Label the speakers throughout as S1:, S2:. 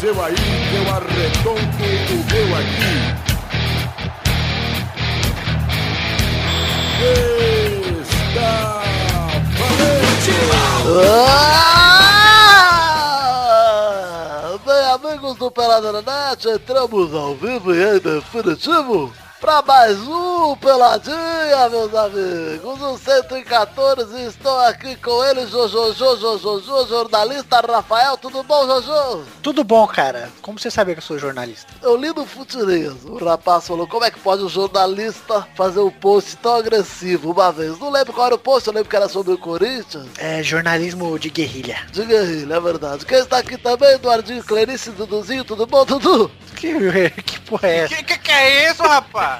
S1: seu aí, eu arredonto o meu aqui. Está valente!
S2: Ah! Bem, amigos do Pelada na Net, entramos ao vivo e em definitivo para mais um Peladinha, meus amigos. O 114, e estou aqui com ele, Jojo, Jojo, Jojo, jornalista Rafael. Tudo bom, Jojo? É
S3: Tudo bom, cara. Como você sabia que eu sou jornalista?
S2: Eu li no Futileza. O rapaz falou, como é que pode um jornalista fazer um post tão agressivo uma vez? Não lembro qual era o post, eu lembro que era sobre o Corinthians.
S3: É jornalismo de guerrilha.
S2: De guerrilha, é verdade. Quem está aqui também, Eduardinho Clarice, Duduzinho, tudo bom, Dudu?
S3: Que, que porra é essa?
S4: Que que, que é isso, rapaz?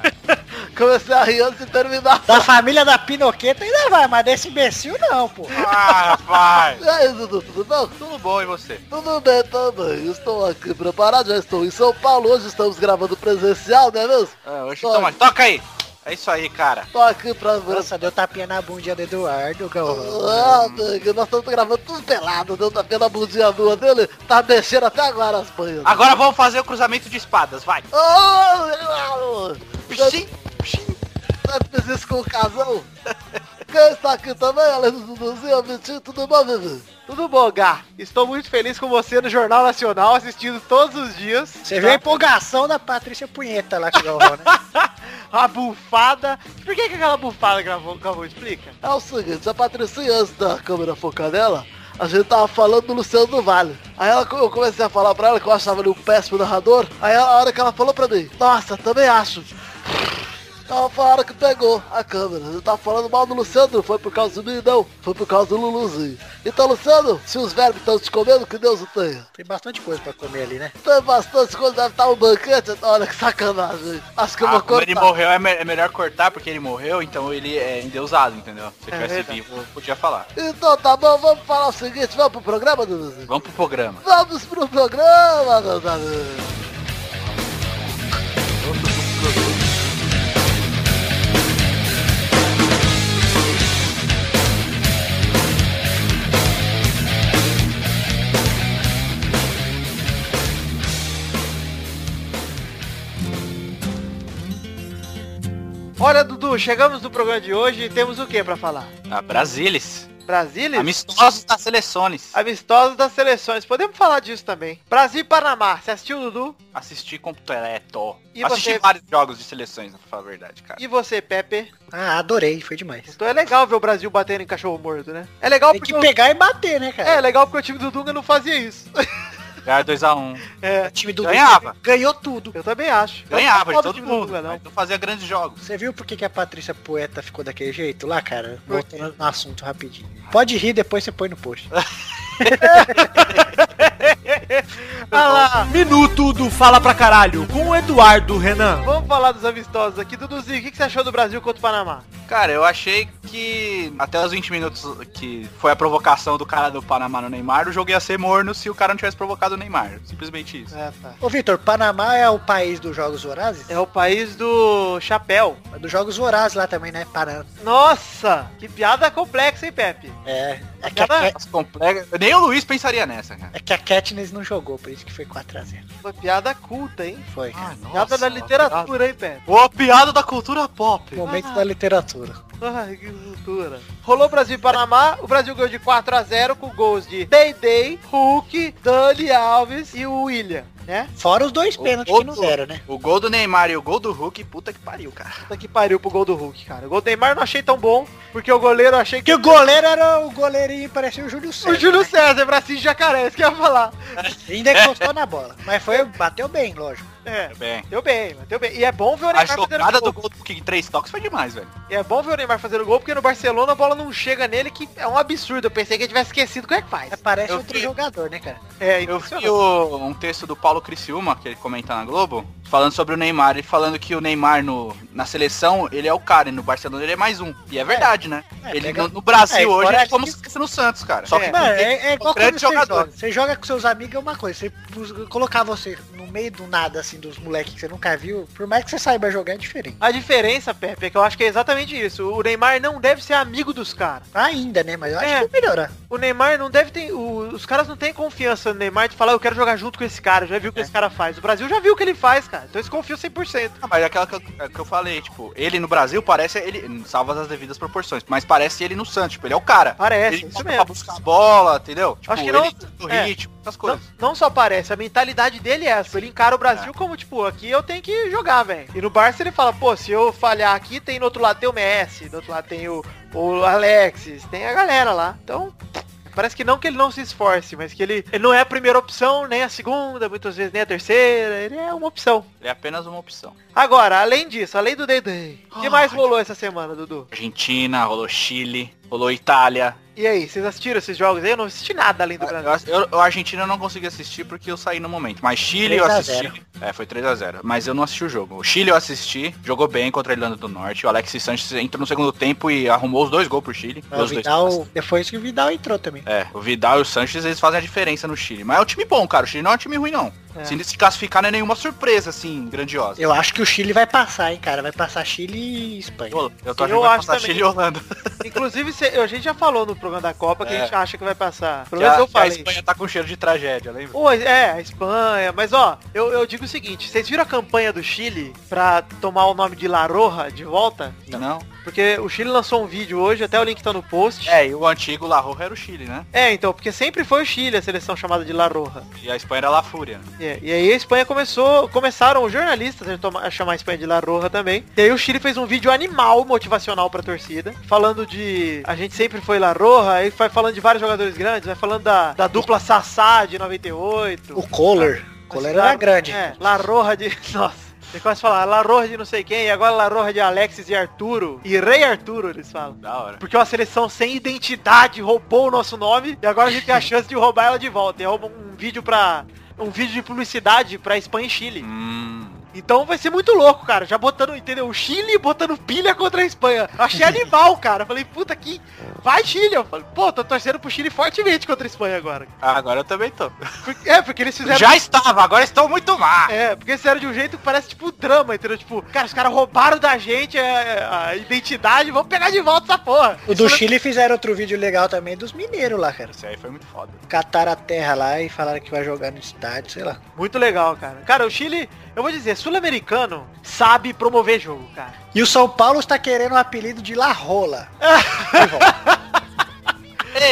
S2: Comecei a rir antes de terminar.
S3: Da família da Pinoqueta ainda vai, mas desse imbecil não, pô.
S4: Ah, rapaz.
S2: E aí, Dudu, tudo bom?
S4: Tudo bom e você?
S2: Tudo bem também. Estou aqui preparado, já estou em São Paulo. Hoje estamos gravando presencial, não é mesmo?
S4: Ah, hoje
S2: Tô-
S4: toma, toca aí. É isso aí, cara.
S2: Estou aqui pra...
S3: Nossa, deu tapinha na bundinha do Eduardo, Galvão.
S2: Ah, amigo, nós estamos gravando tudo pelado, deu tá pela bundinha nua dele, tá mexendo até agora as banhas.
S4: Agora vamos fazer o cruzamento de espadas, vai.
S2: Oh, eu-
S4: Pshim, pshim.
S2: Tá fez isso com o casal? Quem está aqui também, além do Duduzinho, Vitinho, tudo bom, Vivi?
S5: Tudo bom, Gá? Estou muito feliz com você no Jornal Nacional, assistindo todos os dias.
S3: Você viu a empolgação da Patrícia Punheta lá com o Galvão, né?
S5: A bufada. Por que, que aquela bufada gravou, gravou? Explica.
S2: É o seguinte, a Patricinha, antes da câmera focar nela, a gente tava falando do Luciano do Vale. Aí ela, eu comecei a falar pra ela que eu achava ele um péssimo narrador, aí a hora que ela falou pra mim, nossa, também acho. Tava foi a hora que pegou a câmera. Eu tava falando mal do Luciano, não foi por causa do mim, não. Foi por causa do Luluzinho. Então, Luciano, se os verbos estão te comendo, que Deus o tenha.
S3: Tem bastante coisa pra comer ali, né?
S2: Tem bastante coisa, deve estar um banquete. Olha que sacanagem. Acho que eu
S4: Ah,
S2: vou
S4: como ele
S2: cortar.
S4: morreu, é, me- é melhor cortar porque ele morreu, então ele é endeusado, entendeu? Se ele tivesse
S5: É verdade.
S4: vivo, eu podia falar.
S2: Então tá bom, vamos falar o seguinte, vamos pro programa, Duduzinho?
S4: Vamos pro programa.
S2: Vamos pro programa, meus amigos.
S5: Olha, Dudu, chegamos no programa de hoje e temos o que pra falar?
S4: A Tá, Brasilis.
S5: Brasília?
S4: Amistosos das seleções.
S5: Amistosos das seleções. Podemos falar disso também. Brasil e Panamá. Você assistiu, Dudu?
S4: Assisti completo.
S5: E
S4: Assisti
S5: você-
S4: vários jogos de seleções, pra falar a verdade, cara.
S5: E você, Pepe?
S3: Ah, adorei, foi demais.
S5: Então é legal ver o Brasil batendo em cachorro morto, né? É legal
S3: Tem
S5: porque...
S3: que
S5: o-
S3: pegar e bater, né,
S5: É
S3: cara?
S5: legal porque o time do Dunga não fazia isso.
S4: Ganhar 2x1.
S5: É,
S3: O time do
S4: Ganhava.
S3: ganhou tudo.
S5: eu também acho.
S4: Ganhava
S5: Eu não
S4: de
S5: falo do
S4: todo
S5: time do
S4: mundo.
S5: Dunga, não.
S4: Mas não fazia grandes jogos.
S3: Você viu por que, que a Patrícia Poeta ficou daquele jeito lá, cara?
S5: Por quê?
S3: Voltando no assunto rapidinho. Pode rir, depois você põe no post.
S5: Ah lá.
S6: Minuto do Fala Pra Caralho, com o Eduardo Renan.
S5: Vamos falar dos amistosos aqui. Duduzinho, o que que você achou do Brasil contra o Panamá?
S4: Cara, eu achei que até os 20 minutos que foi a provocação do cara do Panamá no Neymar, o jogo ia ser morno se o cara não tivesse provocado o Neymar. Simplesmente isso.
S5: É, tá.
S3: Ô, Vitor, Panamá é o país dos Jogos Vorazes?
S5: É o país do chapéu.
S3: É dos Jogos Vorazes lá também, né? Pará.
S5: Nossa, que piada complexa, hein, Pepe?
S3: É. É que, a
S5: Cada-
S3: Cat-
S4: As complegas- Nem o Luiz pensaria nessa, cara.
S3: é que a Katniss não jogou, por isso que foi 4x0.
S5: Uma piada culta, hein?
S3: Foi, cara.
S4: Ah,
S5: piada da literatura, hein, Pepe?
S4: Ô, piada da cultura pop.
S3: Momento da literatura.
S5: Ai, que cultura. Rolou Brasil e Panamá. O Brasil ganhou de 4 a 0 com gols de Day, Hulk, Dani Alves e o William, né?
S3: Fora os dois pênaltis que não
S4: outro-
S3: deram, né?
S4: O gol do Neymar e o gol do Hulk, puta que pariu, cara.
S5: Puta que pariu pro gol do Hulk, cara. O gol do Neymar eu não achei tão bom, porque o goleiro eu achei que...
S3: Porque o goleiro era o goleirinho, parecia o Júlio
S5: O
S3: César.
S5: Júlio César, bracinho de jacaré, isso que eu ia falar.
S3: Ainda
S4: É.
S3: encostou na bola. Mas foi, bateu bem, lógico.
S5: É,
S4: Bem.
S5: deu bem, deu bem. E é bom ver o
S4: A
S5: Neymar fazendo
S4: jogada do
S5: gol.
S4: gol do Hulk em três toques foi demais, velho.
S5: E é bom ver o Neymar fazendo gol, porque no Barcelona a bola não chega nele, que é um absurdo. Eu pensei que ele tivesse esquecido como é que faz.
S3: É, Parece
S4: Eu
S3: outro
S4: vi-
S3: jogador, né, cara?
S5: É,
S4: Eu vi
S5: impressionante.
S4: o- um texto do Paulo Criciúma, que ele comenta na Globo, falando sobre o Neymar, e falando que o Neymar no, na seleção, ele é o cara, e no Barcelona ele é mais um. E é verdade, né?
S3: É,
S4: ele,
S3: pega-
S4: no, no Brasil
S3: É,
S4: hoje
S3: fora
S4: é como
S3: que-
S4: se fosse no Santos, cara. Só que
S5: É.
S3: Mano, é, é igual
S4: um
S3: quando
S4: grande
S3: você
S4: jogador.
S3: joga. Você joga com seus amigos é uma coisa. Você pus- colocar você no meio do nada, assim, dos moleques que você nunca viu, por mais que você saiba jogar, é diferente.
S5: A diferença, Pepe, é que eu acho que é exatamente isso. O Neymar não deve ser amigo dos caras.
S3: Ainda, né? Mas eu acho
S5: É.
S3: que vai melhorar.
S5: O o Neymar não deve ter. o- os caras não têm confiança no Neymar de falar, eu quero jogar junto com esse cara, já viu o que esse cara faz. O Brasil já viu o que ele faz, cara. Então eles confiam 100%.
S4: Ah, mas é aquela que eu, é que eu falei, tipo, ele no Brasil parece ele, salva as devidas proporções, mas parece ele no Santos, tipo, ele é o cara.
S5: Parece,
S4: ele
S5: isso
S4: bota
S5: mesmo.
S4: pra buscar a bola, entendeu? Tipo,
S5: que
S4: ele
S5: não-
S4: dita o
S5: é.
S4: ritmo, essas
S5: Não,
S4: coisas.
S5: não só parece, a mentalidade dele é essa. Ele encara o Brasil como, tipo, aqui eu tenho que jogar, velho. E no Barça ele fala, pô, se eu falhar aqui, tem no outro lado tem o Messi, do outro lado tem o, o Alexis, tem a galera lá. Então, parece que não que ele não se esforce, mas que ele, ele não é a primeira opção, nem a segunda, muitas vezes nem a terceira, ele é uma opção.
S4: Ele é apenas uma opção.
S5: Agora, além disso, além do Day Day,
S4: Ah,
S5: o que mais rolou essa semana, Dudu?
S4: Argentina, rolou Chile, rolou Itália.
S5: E aí, vocês assistiram esses jogos aí? Eu não assisti nada além do Brasil.
S4: Ah, Eu, eu- a Argentina eu não consegui assistir porque eu saí no momento. Mas Chile eu
S3: 3 a
S4: assisti. É, foi 3x0. Mas eu não assisti o jogo. O Chile eu assisti, jogou bem contra a Irlanda do Norte. O Alexis Sanches entrou no segundo tempo e arrumou os dois gols pro Chile.
S5: É,
S3: O
S4: Os dois
S3: Vidal, foi isso que o Vidal entrou também.
S4: É, o Vidal e o Sanches, eles fazem a diferença no Chile. Mas é um time bom, cara. O Chile não é um time ruim, não.
S5: É.
S4: Se ele se classificar, não é nenhuma surpresa, assim, grandiosa.
S3: Eu acho que o Chile vai passar, hein, cara. Vai passar Chile e Espanha.
S4: Eu, eu tô
S5: Eu
S4: achando que vai
S5: acho
S4: passar
S5: também.
S4: Chile e Holanda.
S5: Inclusive, cê- a gente já falou no programa da Copa que
S4: É.
S5: a gente acha que vai passar. Pelo
S4: Que a,
S5: menos eu
S4: que a
S5: falei.
S4: Espanha tá com cheiro de tragédia, lembra?
S5: Pô, é, a Espanha, mas ó, eu, eu digo o seguinte, vocês viram a campanha do Chile pra tomar o nome de La Roja de volta?
S4: Não.
S5: Porque o Chile lançou um vídeo hoje, até o link tá no post.
S4: É, e o antigo La Roja era o Chile, né?
S5: É, então, porque sempre foi o Chile a seleção chamada de La Roja.
S4: E a Espanha era La Fúria.
S5: É, E aí a Espanha começou, começaram os jornalistas a, toma- a chamar a Espanha de La Roja também. E aí o Chile fez um vídeo animal motivacional pra torcida, falando de a gente sempre foi La Roja, aí vai falando de vários jogadores grandes, vai falando da, da dupla Sassá de 98.
S3: O Kohler. O Kohler
S5: Mas,
S3: era
S5: La-
S3: grande.
S5: É, La Roja de... Nossa. Você quase fala La Roja de não sei quem, e agora La Roja de Alexis e Arturo. E Rei Arturo, eles falam.
S4: Da hora.
S5: Porque é uma seleção sem identidade roubou o nosso nome e agora a gente tem a chance de roubar ela de volta. E rouba um vídeo pra. um vídeo de publicidade pra Espanha e Chile.
S4: Hum.
S5: Então vai ser muito louco, cara. Já botando, entendeu? O Chile botando pilha contra a Espanha. Eu Achei animal, cara. Eu Falei, puta que. Vai, Chile! Eu falei, pô, tô torcendo pro Chile fortemente contra a Espanha agora.
S4: Ah, Agora eu também tô.
S5: Porque- É, porque eles fizeram.
S4: Já estava, agora estou muito má.
S5: É, porque eles eram de um jeito que parece tipo drama, entendeu? Tipo, cara, os caras roubaram da gente é, a identidade, vamos pegar de volta essa porra.
S3: O do Chile fizeram outro vídeo legal também dos mineiros lá, cara.
S4: Esse aí foi muito foda.
S3: Cataram a terra lá e falaram que vai jogar no estádio, sei lá.
S5: Muito legal, cara. Cara, o Chile, eu vou dizer, sul-americano sabe promover jogo, cara.
S3: E o São Paulo está querendo o apelido de La Rola.
S5: É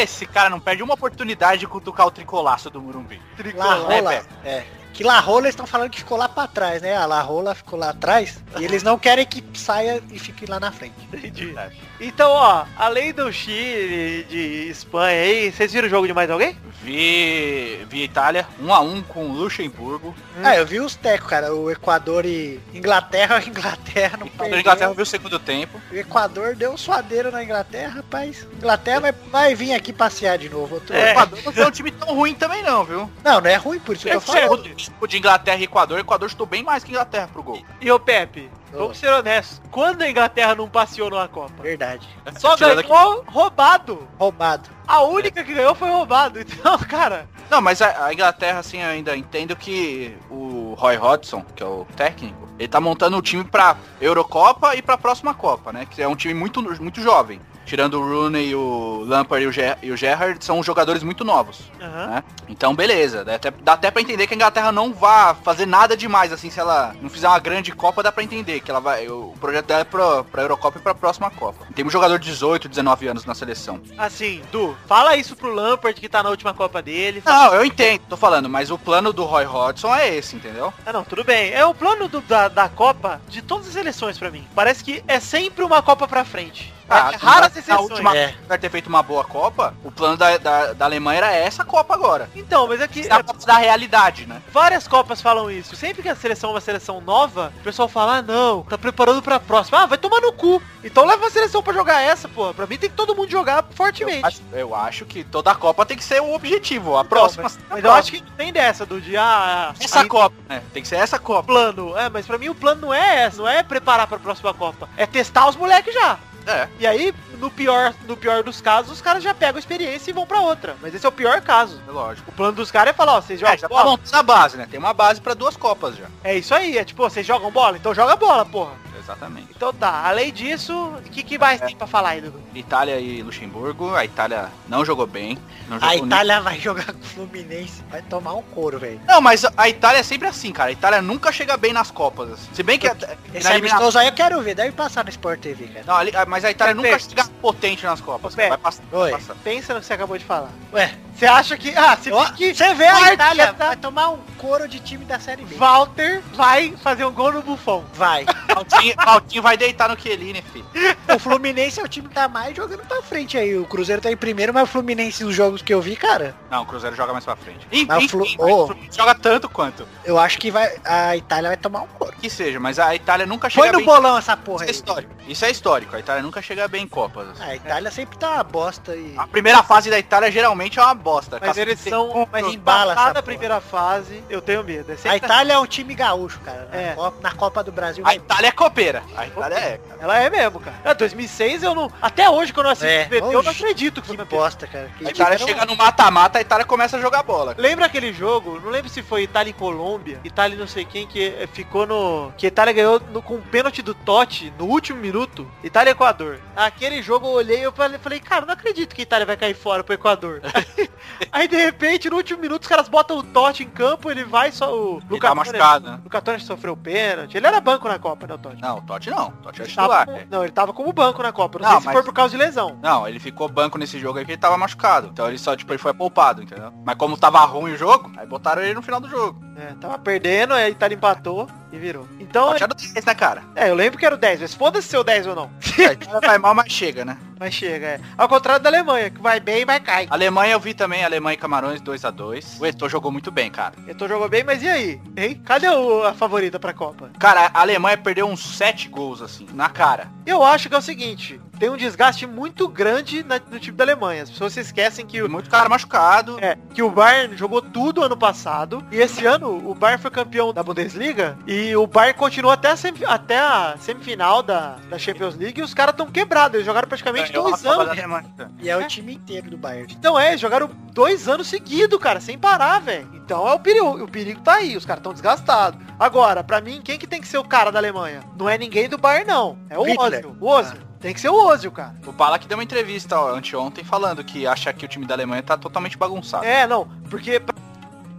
S4: Esse cara não perde uma oportunidade de cutucar o tricolaço do Murumbi.
S3: La
S4: né,
S3: Rola. É. Que La Rola eles estão falando que ficou lá pra trás, né? A La Rola ficou lá atrás. E eles não querem que saia e fique lá na frente.
S5: Entendi. Então, ó, além do Chile, de Espanha aí, vocês viram o jogo de mais alguém?
S4: Vi, vi Itália, um a um com o Luxemburgo.
S3: Ah, eu vi os tecos, cara. O Equador e Inglaterra, a Inglaterra não
S4: A
S3: perdeu.
S4: Inglaterra viu o segundo tempo.
S3: O Equador deu um suadeiro na Inglaterra, rapaz. Inglaterra vai, vai vir aqui passear de novo. Outro
S4: O
S5: É.
S4: Equador não é um time tão ruim também não, viu?
S3: Não, não é ruim, por isso que eu falo.
S4: O de Inglaterra e Equador, o Equador chutou bem mais que a Inglaterra pro gol.
S5: E ô Pepe,
S3: Ô.
S5: vamos ser honestos, quando a Inglaterra não passeou numa Copa?
S3: Verdade.
S5: Só
S4: Tirando
S5: ganhou roubado.
S3: Roubado.
S5: A única que ganhou foi roubado. Então, cara,
S4: Não, mas a, a Inglaterra, assim, eu ainda entendo que o Roy Hodgson, que é o técnico, ele tá montando um time pra Eurocopa e pra próxima Copa, né? Que é um time muito, muito jovem. Tirando o Rooney, o Lampard e o, Ger e o Gerrard, são jogadores muito novos.
S5: Aham.
S4: né? Então, beleza. Dá até, dá até pra entender que a Inglaterra não vá fazer nada demais, assim, se ela não fizer uma grande Copa, dá pra entender que ela vai. O projeto dela é pra, pra Eurocopa e pra próxima Copa. Tem um jogador de 18, 19 anos na seleção.
S5: assim, Du, fala isso pro Lampard que tá na última Copa dele.
S4: Não, eu entendo, tô falando, mas o plano do Roy Hodgson é esse, entendeu?
S5: Ah não, tudo bem. É o plano do- da, da Copa de todas as seleções pra mim. Parece que é sempre uma Copa pra frente.
S4: Ah,
S5: é, raras
S4: na
S5: exceções.
S4: última-
S3: É.
S4: Vai ter feito uma boa Copa, o plano da, da, da Alemanha era essa Copa agora.
S5: Então, mas é que
S4: Isso é a Copa da realidade, né?
S5: várias Copas falam isso. Sempre que a seleção é uma seleção nova, o pessoal fala, ah não, tá preparando pra próxima. Ah, vai tomar no cu. Então leva a seleção pra jogar essa, pô. Pra mim tem que todo mundo jogar
S4: Eu
S5: fortemente.
S4: acho, eu acho que toda a Copa tem que ser o objetivo, a próxima.
S5: mas, mas eu acho que não tem dessa, do dia. Ah,
S4: essa
S5: aí-
S4: Copa, né? Tem que ser essa Copa.
S5: plano. É, mas pra mim o plano não é essa, não é preparar pra próxima Copa. É testar os moleques já.
S4: É.
S5: E aí, no pior, no pior dos casos, os caras já pegam a experiência e vão pra outra. Mas esse é o pior caso.
S4: É lógico.
S5: O plano dos caras é falar, ó, vocês jogam
S4: É, já tá
S5: bola?
S4: montando a base, né? Tem uma base pra duas copas já.
S5: É isso aí, é tipo, ó, vocês jogam bola? Então joga bola, porra.
S4: Exatamente.
S5: Então tá, além disso, o que, que
S3: É.
S5: mais tem pra falar aí, Dudu?
S4: Itália e Luxemburgo. A Itália não jogou bem. Não jogou
S3: A
S4: nem-
S3: Itália vai jogar com o Fluminense, vai tomar um couro, velho.
S4: Não, mas a Itália é sempre assim, cara. A Itália nunca chega bem nas copas. assim. Se bem que... a-
S3: Esse
S4: na elimina-
S3: amistoso aí eu quero ver, deve passar no Sport TV, cara.
S4: Não, ali- ah, mas a Itália nunca
S5: Pepe.
S4: chega potente nas copas.
S5: Ô,
S4: cara.
S5: Pepe.
S4: Vai passar.
S3: Oi.
S4: Vai passar.
S5: Pensa no que você acabou de falar.
S3: Ué,
S5: Você acha que... Ah, se
S3: ó,
S5: bem que
S3: você vê a
S5: Vai,
S3: Itália,
S5: tá-
S3: vai tomar um couro de time da Série B.
S5: Walter vai fazer um gol no Buffon.
S3: Vai.
S4: Paulinho- Paulinho vai deitar no Chiellini, filho.
S3: O Fluminense é o time que tá mais jogando pra frente aí. O Cruzeiro tá em primeiro, mas o Fluminense, os jogos que eu vi, cara,
S4: Não, o Cruzeiro joga mais pra frente. Enfim,
S3: Mas o Flu-
S4: mas
S3: Ô.
S4: o Fluminense joga tanto quanto.
S3: eu acho que vai, a Itália vai tomar um couro.
S4: Que seja, mas a Itália nunca chega
S3: Põe no
S4: bem...
S3: bolão essa porra
S4: Isso
S3: aí.
S4: é histórico. Isso é histórico. A Itália nunca chega bem em copas. assim.
S3: A Itália sempre tá uma bosta e...
S4: A primeira fase da Itália geralmente é uma bosta.
S5: Mas eles são... Mas
S3: embala essa
S5: embala na
S3: porra.
S5: primeira fase, eu tenho medo. É
S3: A
S5: sempre
S3: Itália é um time gaúcho, cara. Na,
S5: É.
S3: Copa, na Copa do Brasil.
S4: A
S3: vai-
S4: Itália é copeira. A Itália é. cara.
S5: Ela é mesmo, cara. Ah, 2006 eu não... Até hoje, quando eu assisto
S3: É,
S5: o VT, eu
S3: hoje,
S5: não acredito que foi
S3: Que
S5: na
S3: bosta, cara. Que
S4: A Itália
S3: tiveram-
S4: chega no mata-mata, a Itália começa a jogar bola.
S5: Lembra aquele jogo? Não lembro se foi Itália e Colômbia, Itália e não sei quem, que eh, ficou no. Que a Itália ganhou no- com um pênalti do Totti no último minuto. Itália e Equador. Aquele jogo eu olhei e eu falei, falei, cara, não acredito que a Itália vai cair fora pro Equador. aí, aí, de repente, no último minuto, os caras botam o Totti em campo, ele vai só. O
S4: E tá
S5: Torres-
S4: machucado, né?
S5: Luca Torres sofreu pênalti. Ele era banco na Copa, né, o Totti?
S4: Não, o Totti não. O Totti é
S5: Ele tava
S4: titular.
S5: com-
S4: É.
S5: não, ele tava como banco na Copa. Não,
S4: Não,
S5: sei se
S4: mas-
S5: foi por causa de lesão.
S4: Não, ele ficou banco nesse jogo aí porque ele tava machucado. Então ele só, tipo, ele foi poupado, entendeu? Mas como tava ruim o jogo, aí botaram ele no final do jogo.
S5: É, tava perdendo, aí a Itália empatou e virou. Então,
S4: Totti era do 10, né, cara?
S5: é, eu lembro que era o 10, mas foda-se se é o 10 ou não.
S4: A Itália vai mal, mas chega, né?
S5: Mas chega, é. Ao contrário da Alemanha, que vai bem, mas cai.
S4: Alemanha eu vi também, Alemanha e Camarões 2x2. O Eto'o jogou muito bem, cara.
S5: Eu tô jogando bem, mas e aí? Hein? Cadê o- a favorita pra Copa?
S4: Cara, a Alemanha perdeu uns 7 gols, assim, na cara.
S5: Eu acho que é o seguinte, tem um desgaste muito grande na- no time da Alemanha. As pessoas se esquecem que
S4: E
S5: o,
S4: muito cara machucado.
S5: é, que o Bayern jogou tudo ano passado, e esse ano o Bayern foi campeão da Bundesliga, e o Bayern continuou até a, semif- até a semifinal da, da Champions League, e os caras tão quebrados, eles jogaram praticamente
S4: Ganhou
S5: dois
S4: a Copa
S5: anos.
S4: da Alemanha.
S3: E é o time inteiro do Bayern.
S5: Então é, eles jogaram dois anos seguidos, cara, sem parar, velho. Então é o perigo, o perigo tá aí, os caras estão desgastados. Agora, pra mim, quem que tem que ser o cara da Alemanha? Não é ninguém do Bayern, não. É o
S3: Hitler.
S5: Ozil. O Ozil. Tem que ser o Ozil, cara.
S4: O Balak deu uma entrevista ó, anteontem falando que acha que o time da Alemanha tá totalmente bagunçado.
S5: É, não, porque...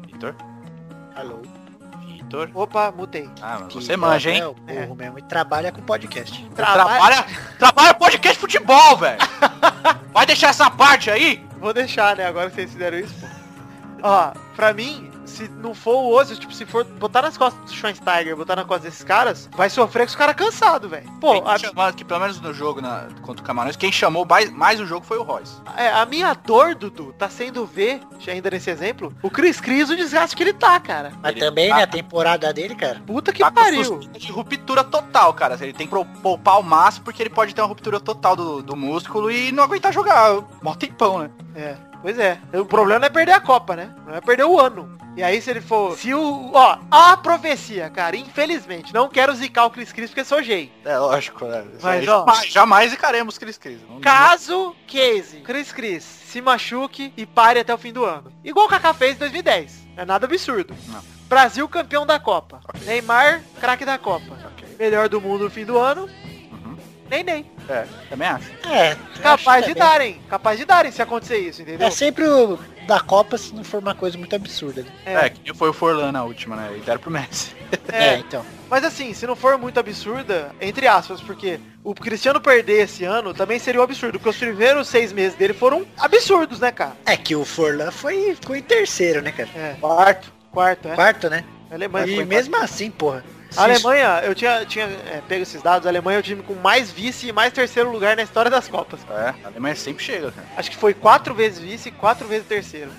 S4: Vitor?
S3: Alô.
S4: Vitor?
S5: Opa, mutei.
S4: Ah, mas
S3: Que
S4: você manja, hein?
S3: É o burro mesmo e trabalha com podcast.
S5: Trabalha-
S4: Trabalha, trabalha podcast de futebol, velho. Vai deixar essa parte aí?
S5: Vou deixar, né, agora que vocês fizeram isso, pô. Ó, pra mim, se não for o Ozil, tipo, se for botar nas costas do Schweinsteiger, botar nas costas desses caras, vai sofrer com os caras cansados, velho. Pô,
S4: Quem
S5: a,
S4: chamou- que pelo menos no jogo na- contra o Camarões, quem chamou mais, mais o jogo foi o Royce.
S5: É, a minha dor, Dudu, tá sendo ver, ainda nesse exemplo, o Cris Cris, o desgaste que ele tá, cara.
S3: Mas
S4: Ele
S3: também,
S4: tá-
S3: né, a temporada dele, cara.
S5: Puta que
S4: tá com
S5: pariu.
S4: suspeita de ruptura total, cara. Ele tem que pro- poupar o máximo porque ele pode ter uma ruptura total do, do músculo e não aguentar jogar. Mó tempão, né?
S5: É, pois é. O problema não é perder a Copa, né? Não é perder o ano. E aí se ele for... Se o... Ó, a profecia, cara, infelizmente. Não quero zicar o Cris Cris porque sou gay.
S4: É lógico, né? Isso
S5: Mas,
S4: aí
S5: ó.
S4: jamais, jamais ficaremos Cris Cris. Não-
S5: Caso Casey, Cris Cris, se machuque e pare até o fim do ano. Igual o Kaká fez em 2010. Não é nada absurdo.
S4: Não.
S5: Brasil campeão da Copa.
S4: Ok.
S5: Neymar, craque da Copa. Melhor do mundo no fim do ano.
S4: Uhum.
S5: Nem nem.
S4: É, também acho.
S3: É, acho
S5: Capaz
S3: que
S5: de
S3: é
S5: darem, capaz de darem se acontecer isso, entendeu?
S3: É sempre o da Copa se não for uma coisa muito absurda. né?
S4: É, que foi o Forlan na última, né? E deram pro Messi.
S5: É.
S3: É, então.
S5: Mas assim, se não for muito absurda, entre aspas, porque o Cristiano perder esse ano também seria um absurdo, porque os primeiros seis meses dele foram absurdos, né, cara?
S3: É que o Forlan foi, ficou em terceiro, né, cara?
S5: É. Quarto. Quarto, é.
S3: Quarto, né?
S5: A Alemanha
S3: e
S5: foi
S3: mesmo assim, porra.
S5: quarto. A Alemanha, eu tinha, tinha é, pego esses dados, a Alemanha é o time com mais vice e mais terceiro lugar na história das Copas.
S4: É, a Alemanha sempre chega, cara.
S5: Acho que foi quatro vezes vice e quatro vezes terceiro.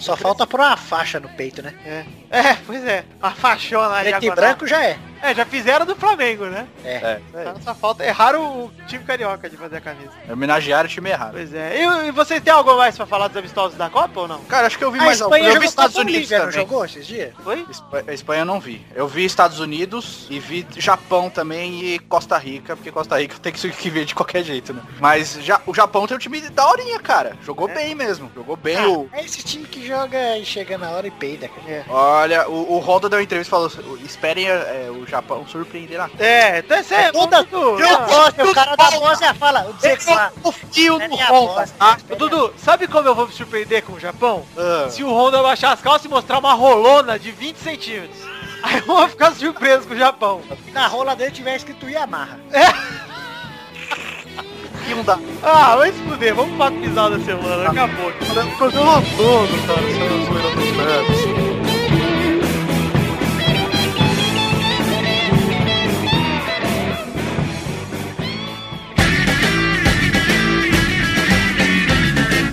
S3: Só falta pôr uma faixa no peito, né?
S5: É. É, pois é. A faixona aí
S3: Preto e
S5: agora.
S3: branco já é.
S5: É, já fizeram do Flamengo, né?
S4: É,
S5: Só Só falta errar o time carioca de fazer a camisa.
S4: é homenagear o time errado.
S5: Pois é. E, e vocês têm algo mais pra falar dos amistosos da Copa ou não?
S4: Cara, acho que eu vi
S3: A
S4: mais
S3: Espanha
S4: algum. Eu vi
S3: jogou
S4: Estados
S3: com a
S4: Unidos
S3: Bolívia, não
S4: também.
S3: jogou esses dias?
S5: Oi?
S4: Espa- Espanha eu não vi. Eu vi Estados Unidos e vi Japão também e Costa Rica, porque Costa Rica tem que se que ver de qualquer jeito, né? Mas já, o Japão tem um time da horinha, cara. Jogou bem mesmo. Jogou bem o.
S3: É esse time que joga e chega na hora e peida, cara.
S4: Olha, o, o Honda deu entrevista e falou: assim, esperem é, o Japão surpreender a
S5: É, então isso é
S3: Toda- Eu
S5: Dudu, não. é
S3: gosto, o cara da Bósnia fala, o 16
S4: confio
S3: É
S4: no
S3: minha
S4: Honda,
S3: voz,
S4: tá?
S5: Ô, Dudu, sabe como eu vou me surpreender com o Japão?
S4: Ah.
S5: Se o Honda baixar as calças e mostrar uma rolona de 20 centímetros. Aí eu vou ficar surpreso com o Japão.
S3: na rola dele tiver escrito Yamaha.
S4: Confio da-
S5: Ah, vai se fuder, vamos pro pato pisado da semana, acabou.
S4: Programa todo, cara, essa é zoeira dos fãs.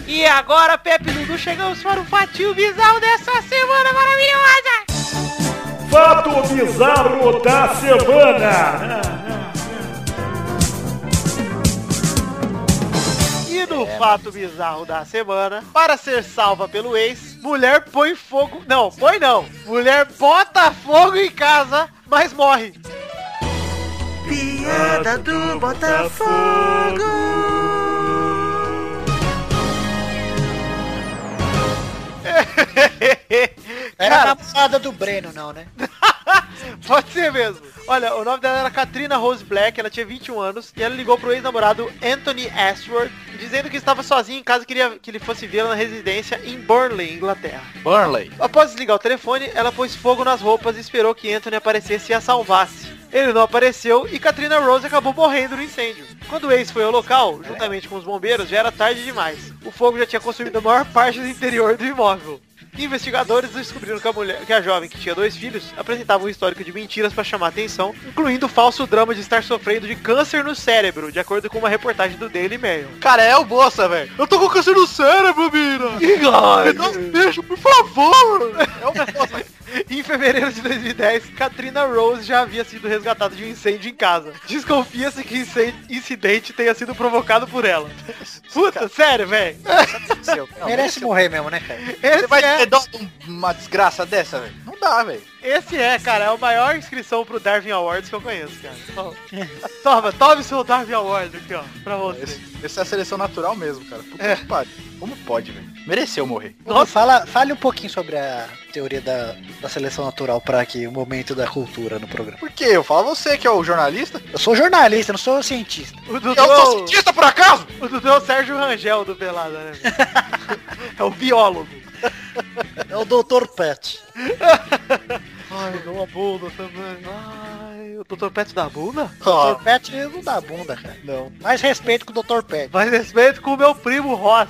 S5: E agora, Pepe e Dudu, chegamos para o fatinho bizarro dessa semana maravilhosa!
S7: Fato bizarro da semana.
S5: E no fato bizarro da semana, para ser salva pelo ex, mulher põe fogo... Não, põe não. Mulher bota fogo em casa, mas morre.
S7: Piada do Botafogo.
S3: Era a namorada do Breno, não, né?
S5: Pode ser mesmo. Olha, o nome dela era Katrina Rose Black, ela tinha 21 anos, e ela ligou pro ex-namorado Anthony Ashworth, dizendo que estava sozinha em casa e queria que ele fosse vê-la na residência em Burnley, Inglaterra.
S4: Burnley.
S5: Após desligar o telefone, ela pôs fogo nas roupas e esperou que Anthony aparecesse e a salvasse. Ele não apareceu e Katrina Rose acabou morrendo no incêndio. Quando o ex foi ao local, juntamente com os bombeiros, já era tarde demais. O fogo já tinha consumido a maior parte do interior do imóvel. Investigadores descobriram que a, mulher, que a jovem, que tinha dois filhos, apresentava um histórico de mentiras para chamar atenção, incluindo o falso drama de estar sofrendo de câncer no cérebro, de acordo com uma reportagem do Daily Mail.
S4: Cara, é o Bossa, velho. Eu tô com câncer no cérebro, mina. Me dá um beijo, por favor. É o Bossa.
S5: Em fevereiro de 2010, Katrina Rose já havia sido resgatada de um incêndio em casa. Desconfia-se que o incê- incidente tenha sido provocado por ela. Puta, sério, velho.
S4: Seu, não,
S3: Merece morrer mesmo, né, cara?
S4: Você vai
S5: Esse,
S4: ter
S5: é,
S4: dó de um- uma desgraça dessa, velho? Não dá, velho.
S5: esse é, cara, é a maior inscrição pro Darwin Awards que eu conheço, cara. Toma. Toma, tome seu Darwin Awards aqui, ó, pra você.
S4: Esse- Essa é a seleção natural mesmo, cara. Puta que pariu. Como pode, velho? Mereceu morrer.
S3: Nossa. Fala, fale um pouquinho sobre a teoria da, da seleção natural para aqui, o momento da cultura no programa.
S4: Por quê? Eu falo você que é o jornalista.
S3: Eu sou jornalista, não sou cientista.
S5: O Dudu,
S4: Eu sou cientista, por acaso?
S5: o Dudu é o Sérgio Rangel do Pelada, né? meu? é o biólogo.
S3: É o Dr. Pet.
S5: Ai, dou a bunda também. Ai, o Dr. Pet da bunda?
S3: O Dr. Pet não dá bunda, cara. Não. Mais respeito com o Dr. Pet.
S5: Mais respeito com o meu primo Rossi.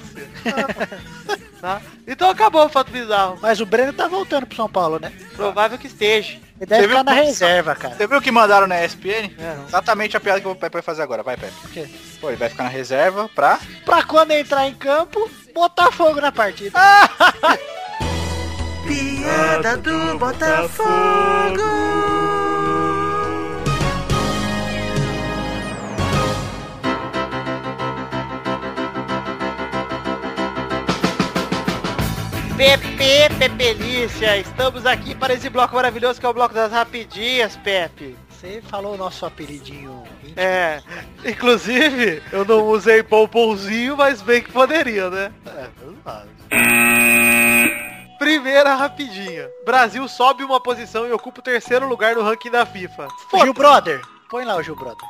S5: Tá? Então acabou o fato bizarro.
S3: Mas o Breno tá voltando pro São Paulo, né?
S5: Provável que esteja.
S3: Ele deve
S4: Você viu
S3: ficar na
S4: como-
S3: reserva, cara.
S4: Você viu o que mandaram na ESPN?
S3: É, não.
S4: Exatamente a piada que o Pepe vai fazer agora. Vai, Pepe. Por
S3: quê?
S4: Pô, ele vai ficar na reserva pra...
S3: Pra quando entrar em campo, botar fogo na partida.
S7: Piada do Botafogo.
S5: Pepe, Pepelícia, estamos aqui para esse bloco maravilhoso que é o bloco das rapidinhas, Pepe.
S3: Você falou o nosso apelidinho. íntimo.
S5: É, inclusive, eu não usei pomponzinho, mas bem que poderia, né? Primeira rapidinha. Brasil sobe uma posição e ocupa o terceiro lugar no ranking da FIFA.
S3: Gil Brother. Põe lá o Gil Brother.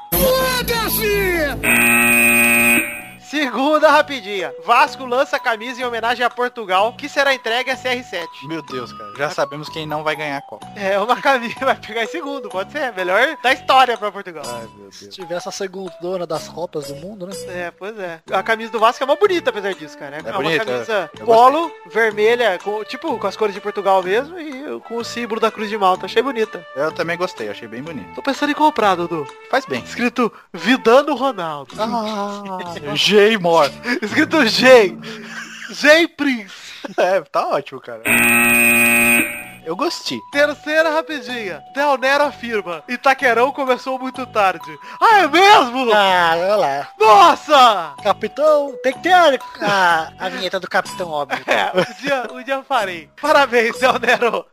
S5: Segunda rapidinha. Vasco lança a camisa em homenagem a Portugal, que será entregue a CR7.
S4: Meu Deus, cara. Já sabemos quem não vai ganhar a Copa.
S5: É uma camisa, vai pegar em segundo, pode ser. Melhor da história pra Portugal.
S4: Ai, meu Deus.
S3: Se tiver essa segundona das Copas do mundo, né?
S5: É, pois é. A camisa do Vasco é mó bonita, apesar disso, cara. É, uma
S4: bonita, é.
S5: camisa
S4: eu gostei.
S5: polo, vermelha, com, tipo, com as cores de Portugal mesmo e com o símbolo da Cruz de Malta. Achei bonita.
S4: Eu também gostei. Achei bem bonito.
S5: Tô pensando em comprar, Dudu.
S4: Faz bem.
S5: Escrito Vidano Ronaldo.
S4: Ah, Jay Moore.
S5: Escrito G. G Prince.
S4: É, tá ótimo, cara. Eu Eu gostei.
S5: Terceira rapidinha. Del Nero afirma. Itaquerão começou muito tarde. Ah, é mesmo?
S3: Ah, olha lá.
S5: Nossa!
S3: Capitão, tem que ter a, a, a vinheta do Capitão, óbvio.
S5: É, um dia, um dia eu farei. Parabéns, Del Nero.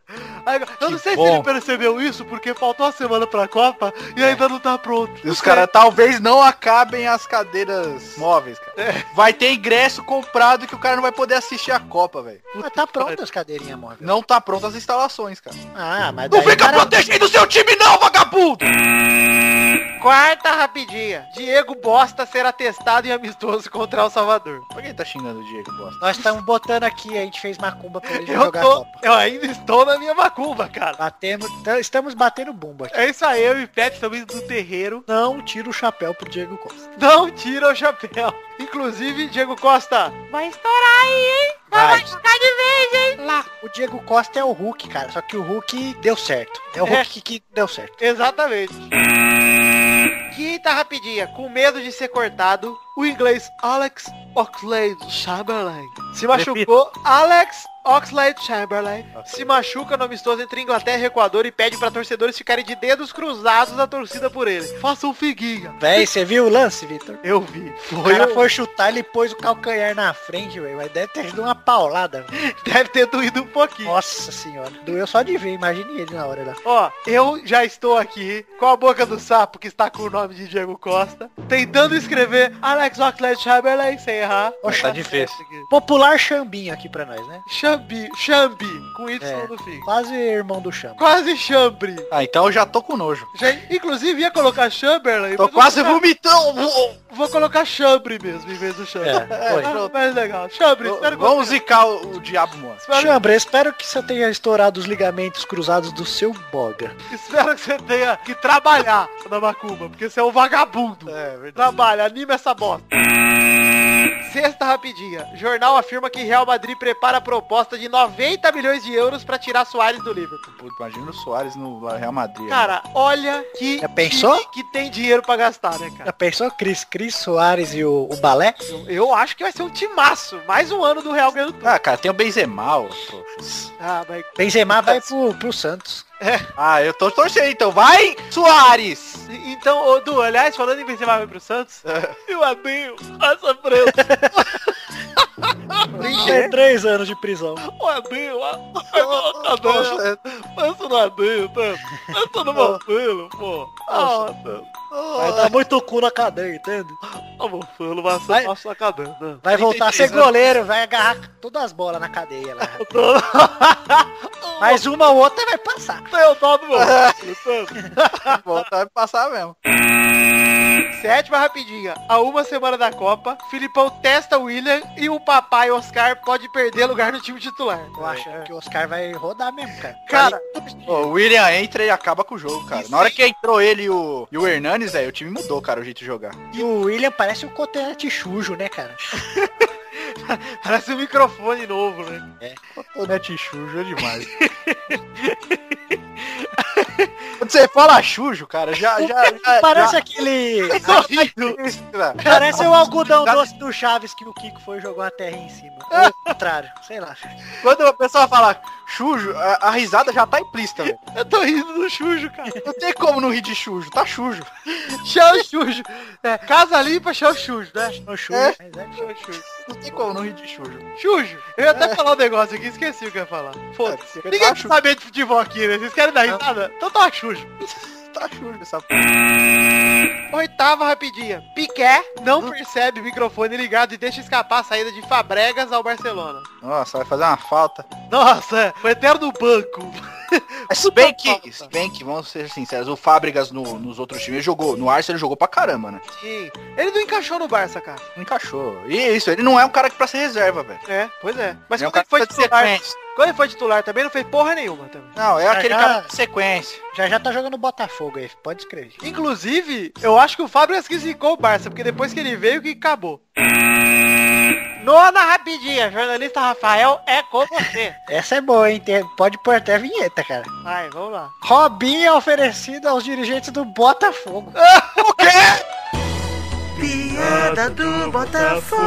S5: Aí, Eu não sei se
S4: bom.
S5: ele percebeu isso, porque faltou a semana pra Copa e ainda não tá pronto.
S4: E os caras talvez não acabem as cadeiras móveis, cara. Vai ter ingresso comprado que o cara não vai poder assistir a Copa, velho.
S3: Mas tá pronto as cadeirinhas, móvel.
S4: Não tá pronto as instalações, cara.
S3: Ah, mas
S4: Não
S3: daí
S4: fica
S3: cara-
S4: protegendo o seu time não, vagabundo!
S5: Quarta rapidinha. Diego Bosta será testado em amistoso contra El Salvador.
S4: Por que ele tá xingando o Diego Bosta?
S3: Nós estamos botando aqui, a gente fez macumba pra ele
S5: Eu,
S3: jogar
S5: tô,
S3: Copa.
S5: eu ainda estou na minha macumba, cara.
S3: Batemos, t- estamos batendo bumba aqui.
S5: É isso aí, eu e Pet estamos indo do terreiro.
S3: Não tira o chapéu pro Diego Costa.
S5: Não tira o chapéu. Inclusive, Diego Costa. Vai estourar aí, hein?
S3: Vai.
S5: ficar de vez, hein?
S3: O Diego Costa é o Hulk, cara. Só que o Hulk deu certo. É o
S5: É.
S3: Hulk que deu certo.
S5: Exatamente. Quinta rapidinha, com medo de ser cortado, o inglês Alex Oxlade Chamberlain se machucou. Alex Oxlade Chamberlain se machuca no amistoso entre Inglaterra e Equador e pede pra torcedores ficarem de dedos cruzados na torcida por ele. Façam figuinha.
S3: Véi, você viu o lance, Vitor?
S5: Eu vi.
S3: O
S5: Foi.
S3: cara
S5: um-
S3: foi chutar, ele pôs o calcanhar na frente, velho. Mas deve ter sido uma paulada. velho.
S5: Deve ter doído um pouquinho.
S3: Nossa senhora. Doeu só de ver, imagine ele na hora lá.
S5: Ó, eu já estou aqui com a boca do sapo que está com o nome de Diego Costa, tentando escrever Alex Oxlade Chamberlain sem errar.
S3: Oxe,
S4: tá difícil.
S3: Popular chambinho aqui pra nós, né?
S5: Chambi, Chambi, com Y
S3: É.
S5: no fim.
S3: Quase irmão do chamba.
S5: Quase chambre.
S4: Ah, então eu já tô com nojo.
S5: Já, inclusive ia colocar Chamberlain.
S4: Tô
S5: mas vou
S4: quase
S5: colocar-
S4: vomitando.
S5: Vou colocar chambre mesmo em vez do chambre.
S3: É, foi.
S5: Ah, mas legal. Chambre, espero que
S4: Vamos zicar o, o diabo, mano.
S5: Espero-
S3: Chambra, espero que você tenha estourado os ligamentos cruzados do seu boga.
S5: Espero que você tenha que trabalhar na Macumba, porque você é um vagabundo.
S4: É, verdade.
S5: Trabalha, anima essa bosta. Sexta rapidinha. Jornal afirma que Real Madrid prepara a proposta de 90 milhões de euros pra tirar Soares do Liverpool.
S4: Puta, Imagina o Soares no Real Madrid. né?
S5: Cara, olha que
S3: Já pensou?
S5: time que tem dinheiro pra gastar, né,
S3: Já
S5: cara?
S3: pensou Cris, Cris Soares e o, o balé?
S5: Eu, eu acho que vai ser um timaço. Mais um ano do Real ganhando tudo.
S4: Ah, cara, tem o Benzema, ô, trouxas.
S5: Ah, mas
S3: Benzema vai pro, pro Santos.
S4: Ah, eu tô torcendo, então. Vai, Soares!
S5: E- Então, ô, Du, aliás, falando em Benzema vai pro Santos, meu amigo, essa branca,
S3: Tem três anos de prisão.
S5: o Adinho, a- a- a-
S4: é,
S5: a- pensa no Adinho, pensa pensa no Marcelo, pô. Ah,
S3: Vai dar tá muito cu na cadeia, entende?
S5: o Marcelo vai ser
S3: Vai-
S5: nosso na cadeira.
S3: Vai voltar a ser
S4: 33 anos.
S3: goleiro, vai agarrar todas as bolas na cadeia lá. Mas uma ou outra vai passar.
S5: Tem o tal do meu.
S4: Volta tá vai passar mesmo.
S5: Sétima rapidinha. A uma semana da Copa, Filipão testa o William e o papai Oscar pode perder lugar no time titular.
S3: Eu acho que o Oscar vai rodar mesmo, cara.
S5: Cara,
S4: Ô, o William entra e acaba com o jogo, cara.
S5: Isso
S4: Na hora que entrou ele e o, e o Hernanes, velho, o time mudou, cara, o jeito de jogar.
S3: E o William parece um cotonete chujo, né, cara?
S5: parece um microfone novo, né?
S4: O Net Chujo é demais. Quando você fala Chujo, cara, já... já, já é
S3: Parece
S4: já-
S3: aquele.
S4: Sorriso. cara.
S3: Parece É o algodão
S4: Dá-
S3: doce do Chaves que o Kiko foi jogou a terra em cima. Ou o contrário, sei lá.
S4: Quando a pessoa fala Chujo, a, a risada já tá implícita, velho.
S5: Eu tô rindo do Xujo, cara.
S4: Não tem como não rir de Chujo, tá Chujo.
S5: Chão Xujo. É, casa limpa, chão Xujo, né?
S3: No chujo,
S4: É.
S3: mas é.
S5: Chão Xujo.
S4: Não tem como não rir de Chujo.
S5: Xujo, eu ia até falar um negócio aqui, esqueci o que eu ia falar. Foda-se.
S4: porque
S5: Ninguém
S4: tá
S5: quer
S4: Xujo.
S5: saber de futebol aqui, né? Vocês querem dar risada? Então tá Xujo.
S4: Tá Chujo essa
S5: Oitava rapidinha. Piqué
S4: Hum.
S5: não percebe microfone ligado e deixa escapar a saída de Fabregas ao Barcelona.
S4: Nossa, vai fazer uma falta.
S5: Nossa, foi eterno no banco.
S4: Mas se bem
S5: falta.
S4: que, se bem que, vamos ser sinceros, o Fábricas no- nos outros times jogou. No Arsenal ele jogou pra caramba, né?
S5: Sim. Ele não encaixou no Barça, cara.
S4: Não encaixou. E é isso, ele não é um cara que pra ser reserva, velho.
S5: É, pois é. Mas
S4: Ele é um
S5: quando ele foi
S4: precisa de
S5: titular,
S4: sequência.
S5: quando ele foi titular também não fez porra nenhuma também.
S4: Não, é aquele
S3: já-
S4: cara de sequência.
S3: Já já tá jogando Botafogo aí, pode escrever.
S5: Inclusive, eu acho que o Fábio que zicou o Barça, porque depois que ele veio que acabou. Nona rapidinha, jornalista Rafael, é com você.
S3: Essa é boa, hein? Tem- Pode pôr até a vinheta, cara.
S5: Vai, vamos lá.
S3: Robinho é oferecido aos dirigentes do Botafogo.
S7: Piada do Botafogo.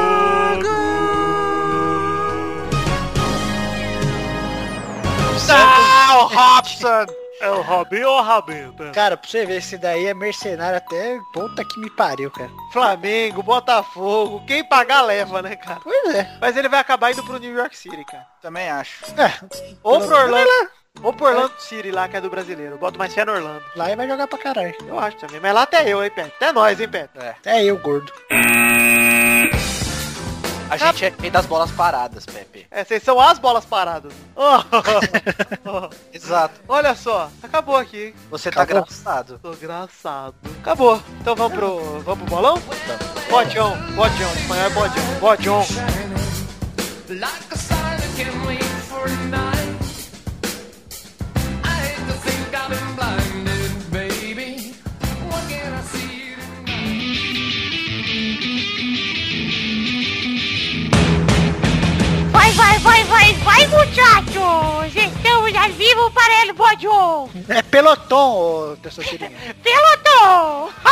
S4: Santos,
S5: Essa Ah, é o Robinho ou a Rabeta?
S3: Cara, pra você ver, esse daí é mercenário até puta que me pariu, cara.
S5: Flamengo, Botafogo, quem pagar leva, né, cara?
S3: Pois é.
S5: Mas ele vai acabar indo pro New York City, cara.
S4: Também acho.
S3: É,
S5: Ou pro Orlando. Ou pro Orlando City lá, que é do brasileiro. Boto mais fé no Orlando.
S3: Lá ele vai jogar pra caralho.
S5: Eu acho também. Mas lá até eu, hein, Pet? Até nós, hein, Pet?
S4: É.
S3: É eu, gordo.
S8: A gente é rei das bolas paradas, Pepe.
S5: É, vocês são as bolas paradas. Oh.
S8: Exato.
S5: Olha só, acabou aqui.
S8: Você tá
S3: Acabou.
S8: engraçado.
S5: Tô engraçado. Acabou. Então vamos pro, vamos pro bolão? Bodion, Bodion. Espanhol é Bodion. Bodion.
S9: Like a silent can wait for night. I hate to think I've been blinded, baby. What can I see tonight?
S10: Vai, vai, vai, vai, vai, muchachos! Estamos ao vivo para el Bojo!
S3: É peloton, ô Testosterinha.
S10: Pelotão!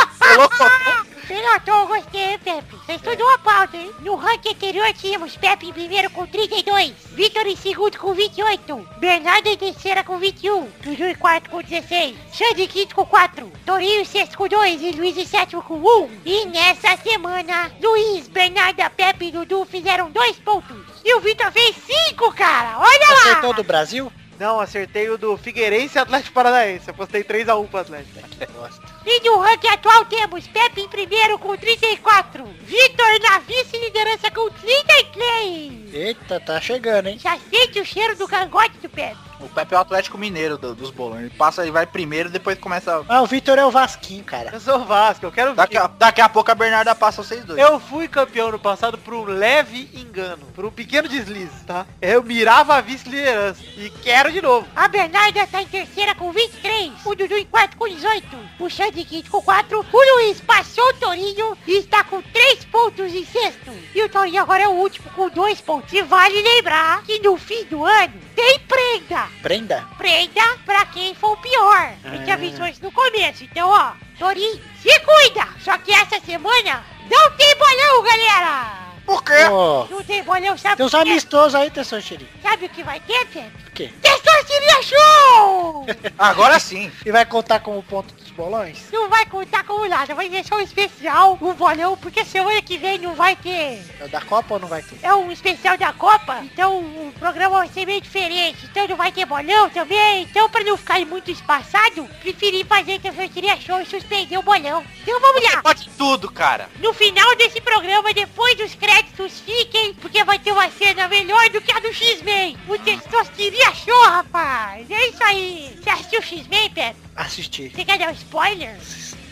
S10: Pelotão, gostei, hein, Pepe? Você estudou a pauta, hein? No ranking anterior tínhamos Pepe em primeiro com 32, Vitor em segundo com 28, Bernardo em terceira com 21, Juju em quarto com 16, Xande em quinto com 4, Torinho em sexto com 2 e Luiz em sétimo com 1. E nessa semana, Luiz, Bernardo, Pepe e Dudu fizeram dois pontos. E o Vitor fez cinco, cara! Olha lá!
S3: Acertou do Brasil?
S5: Não, acertei o do Figueirense e Atlético Paranaense. Apostei 3x1 pro Atlético.
S10: E no ranking atual temos Pepe em primeiro com 34, Vitor na vice-liderança com 33.
S3: Eita, tá chegando, hein?
S10: Já sente o cheiro do cangote do Pepe.
S4: O Pepe é o Atlético Mineiro do- dos bolões. Ele passa, ele vai primeiro, depois começa...
S3: Ah, o Vitor é o Vasquinho, cara.
S5: Eu sou o Vasco, eu quero
S4: Daqui a, daqui a pouco a Bernarda passa vocês dois.
S5: Eu fui campeão no passado por um leve engano, por um pequeno deslize, tá? Eu mirava a vice-liderança e quero de novo.
S10: A Bernarda está em terceira com 23, o Dudu em quarto com 18, o Xande em quinto com 4, o Luiz passou o Torinho e está com 3 pontos em sexto. E o Torinho agora é o último com 2 pontos. E vale lembrar que no fim do ano tem prenda.
S3: Prenda.
S10: prenda pra quem for o pior.
S3: É.
S10: A gente avisou isso no começo. Então, ó, Torinho, se cuida. Só que essa semana não tem bolão, galera.
S4: Por quê?
S3: Ó,
S10: Não tem bolão, sabe
S3: tem
S10: o
S3: uns
S10: que é?
S3: amistosos aí, Testosterinha.
S10: Sabe o que vai ter, Pepe?
S3: O quê?
S10: Testosteria Show!
S4: Agora sim.
S3: E vai contar com o ponto dos bolões?
S10: não vai contar como nada, vai deixar um especial, um bolão, porque semana que vem não vai ter.
S3: É o da Copa ou não vai ter?
S10: É um especial da Copa, então o programa vai ser meio diferente. Então não vai ter bolão também. Então pra não ficar muito espaçado, preferi fazer que eu queria show e suspender o bolão. Então vamos lá.
S4: Pode tudo, cara.
S10: No final desse programa, depois dos créditos, fiquem, porque vai ter uma cena melhor do que a do X-Men. O Testosteria Show, rapaz. É isso aí. Você assistiu o X-Men, Pepe?
S3: Assistir.
S10: Você quer dar um spoiler?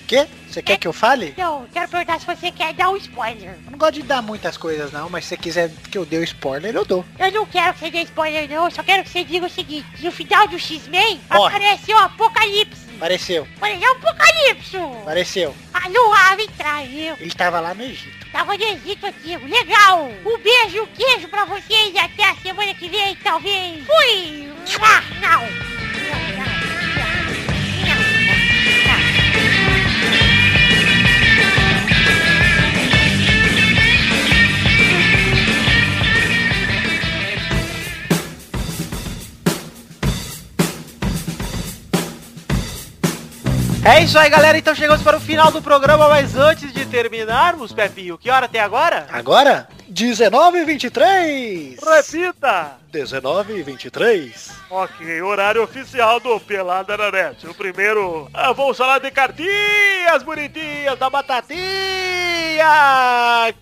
S3: Quê? Você quer que eu fale?
S10: Não, quero perguntar se você quer dar um spoiler.
S3: Eu não gosto de dar muitas coisas não, mas se você quiser que eu dê o spoiler, eu dou.
S10: Eu não quero que você dê spoiler, não. Eu só quero que você diga o seguinte. No final do X-Men,
S3: Morre.
S10: apareceu o Apocalipse.
S3: Apareceu,
S10: Apareceu o Apocalipse.
S3: apareceu.
S10: A Lua me traiu.
S3: Ele tava lá no Egito.
S10: Tava de Egito antigo. Legal. Um beijo, um queijo pra vocês. e Até a semana que vem, talvez. Fui. Ah, não.
S5: É isso aí, galera. Então chegamos para o final do programa, mas antes de terminarmos, Pepinho, que hora tem agora?
S3: Agora, 19 e 23!
S5: Repita!
S3: 19 e 23!
S5: Ok, horário oficial do Pelada na Net. O primeiro, ah, vamos falar de cartinhas bonitinhas da batatinha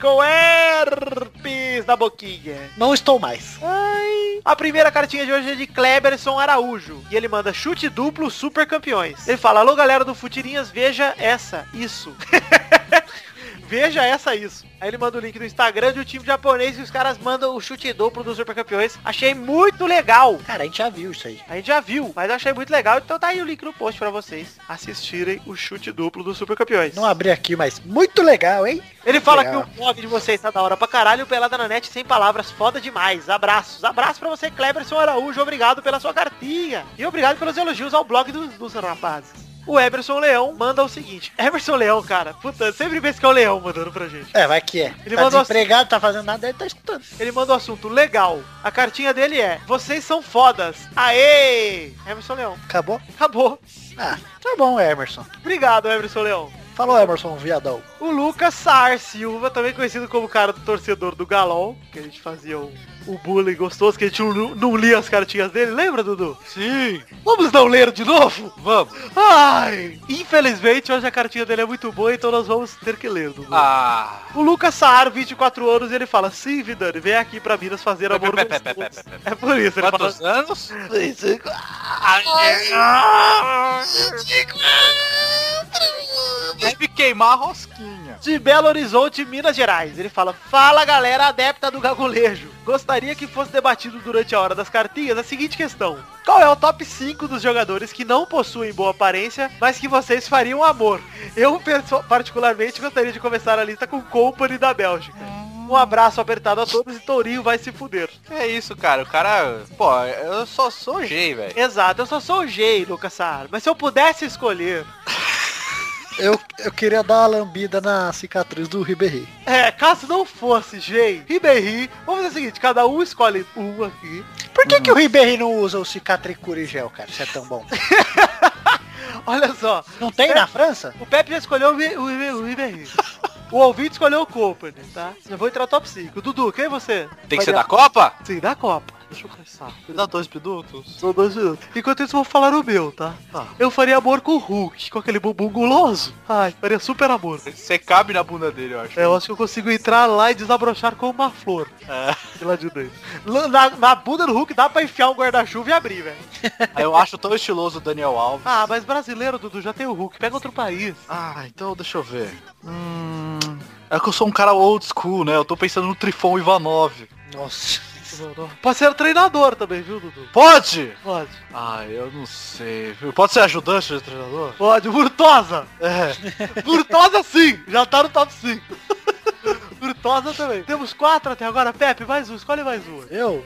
S5: com herpes na boquinha.
S3: Não estou mais.
S5: Ai. A primeira cartinha de hoje é de Kleberson Araújo. E ele manda chute duplo super campeões. Ele fala, alô galera do Futirinhas, veja essa, isso. Veja essa isso. Aí ele manda o link do Instagram de um time japonês e os caras mandam o chute duplo dos super campeões. Achei muito legal.
S3: Cara, a gente já viu isso aí.
S5: A gente já viu, mas eu achei muito legal. Então tá aí o link no post pra vocês assistirem o chute duplo dos super campeões.
S3: Não abri aqui, mas muito legal, hein?
S5: Ele fala
S3: Legal.
S5: que o blog de vocês tá da hora pra caralho, o Pelada na Net sem palavras, foda demais. Abraços. Abraço pra você, Cleberson Araújo. Obrigado pela sua cartinha. E obrigado pelos elogios ao blog dos, dos rapazes. o Emerson Leão manda o seguinte. Emerson Leão, cara, puta, sempre pensa que é o Leão mandando pra gente.
S3: É, vai que é.
S5: Ele
S3: tá
S5: mandou assim-
S3: desempregado, tá fazendo nada, ele tá escutando.
S5: Ele manda o assunto legal. A cartinha dele é: Vocês são fodas. Aê! Emerson Leão.
S3: Acabou?
S5: Acabou.
S3: Ah, tá bom, Emerson.
S5: Obrigado, Emerson Leão.
S3: Falou, Emerson, viadão.
S5: O Lucas Sar Silva, também conhecido como o cara do torcedor do Galol, que a gente fazia o, o bullying gostoso, que a gente não, não lia as cartinhas dele, lembra, Dudu? Sim. Vamos não ler de novo? Vamos. Ai, infelizmente hoje a cartinha dele é muito boa, então nós vamos ter que ler, Dudu.
S4: Ah.
S5: O Lucas Saar, 24 anos, ele fala, sim, Vidani, vem aqui pra Minas fazer amor
S4: Pé, pé, pé,
S5: gostoso."
S4: pé, pé,
S5: É por isso, ele fala,
S4: Quantos anos? Ah, Deve queimar a rosquinha.
S5: de Belo Horizonte, Minas Gerais. Ele fala, fala galera adepta do gagulejo. Gostaria que fosse debatido durante a hora das cartinhas a seguinte questão. Qual é o top 5 dos jogadores que não possuem boa aparência, mas que vocês fariam amor? Eu, perso- particularmente, gostaria de começar a lista com Company da Bélgica. Um abraço apertado a todos e Tourinho vai se fuder.
S4: É isso, cara. O cara. Pô, eu só sou gay, velho.
S5: Exato, eu só sou o G, Lucas Saar. Mas se eu pudesse escolher...
S3: Eu, eu queria dar uma lambida na cicatriz do Ribéry.
S5: É, caso não fosse G, Ribéry, vamos fazer o seguinte, cada um escolhe um aqui.
S3: Por que, que o Ribéry não usa o cicatricura e gel, cara? Se é tão bom.
S5: Olha só,
S3: Não tem na França?
S5: O Pepe já escolheu o Ibe- o Ibe- o Iberri. O ouvinte escolheu o Company, tá? Já vou entrar no top 5. Dudu, quem é você?
S4: Tem que ser da Copa?
S5: Sim, da Copa. Deixa eu pensar. Me dá dois minutos? São dois minutos. Enquanto isso, eu vou falar o meu, tá? Eu faria amor com o Hulk, com aquele bumbum guloso. Ai, faria super amor.
S4: Você cabe na bunda dele, eu acho.
S5: É, eu acho que eu consigo entrar lá e desabrochar com uma flor. De lá de dentro. Lá- Na, na bunda do Hulk dá pra enfiar um guarda-chuva e abrir, velho.
S4: Eu acho tão estiloso o Daniel Alves.
S5: Ah, mas brasileiro, Dudu, já tem o Hulk. Pega outro país.
S4: Ah, então deixa eu ver. Hum. É que eu sou um cara old school, né? Eu tô pensando no Trifon Ivanov.
S3: Nossa.
S5: Pode ser treinador também, viu, Dudu?
S4: Pode!
S5: Pode.
S4: Ah, eu não sei. viu? Pode ser ajudante de treinador?
S5: Pode, Murtosa!
S4: É.
S5: Murtosa sim! Já tá no top 5. Murtosa também. Temos quatro até agora, Pepe, mais um, escolhe mais uma.
S3: Eu?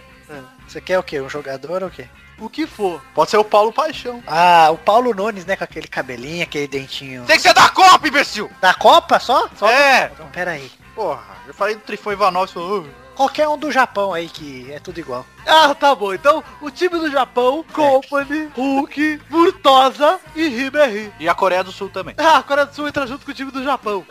S3: Você quer o quê? Um jogador ou o quê?
S5: O que for.
S4: Pode ser o Paulo Paixão.
S3: Ah, o Paulo Nunes, né? Com aquele cabelinho, aquele dentinho.
S4: Tem que ser da Copa, imbecil!
S3: Da Copa só? Só
S4: É!
S3: Então, pera aí.
S4: Porra, eu falei do Trifon Ivanov, você falou, "Uh,
S3: Qualquer um do Japão aí que é tudo igual.
S5: Ah, tá bom. Então, o time do Japão, Company, Hulk, Murtosa e Ribéry.
S4: E a Coreia do Sul também.
S5: Ah, a Coreia do Sul entra junto com o time do Japão.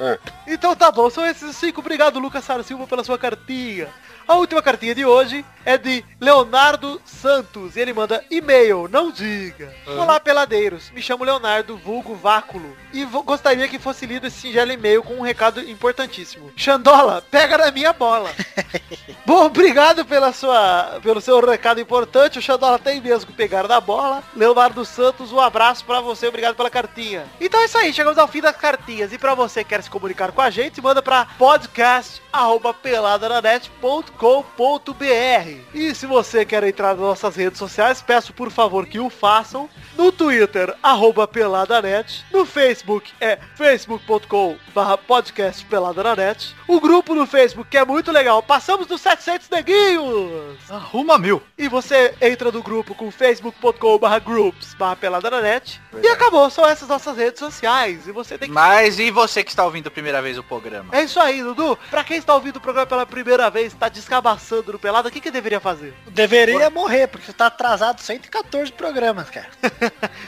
S5: Então tá bom, são esses cinco. Obrigado, Lucas Sara Silva, pela sua cartinha. A última cartinha de hoje é de Leonardo Santos. Ele manda e-mail, não diga. Olá, peladeiros. Me chamo Leonardo, vulgo Váculo. E vo- gostaria que fosse lido esse singelo e-mail com um recado importantíssimo. Xandola, pega na minha bola. Bom, obrigado pela sua, pelo seu recado importante. O Xandola tem mesmo que pegar na bola. Leonardo Santos, um abraço pra você. Obrigado pela cartinha. Então é isso aí. Chegamos ao fim das cartinhas. E pra você que quer se comunicar com a gente, manda pra podcast.peladananet.com.br E se você quer entrar nas nossas redes sociais, peço por favor que o façam. No Twitter, arroba peladanet. No Facebook é facebook.com barra podcast peladananet. O grupo no Facebook que é muito legal. Passamos dos 700 neguinhos!
S4: Arruma mil.
S5: E você entra no grupo com facebook.com barra groups barra peladananet. E acabou, são essas nossas redes sociais. E você tem que...
S4: Mas e você que está ouvindo a primeira vez o programa?
S5: É isso aí, Dudu. Pra quem está ouvindo o programa pela primeira vez, está descabaçando no Pelada, o que, que deveria fazer?
S3: Deveria morrer, porque você tá atrasado 114 programas, cara.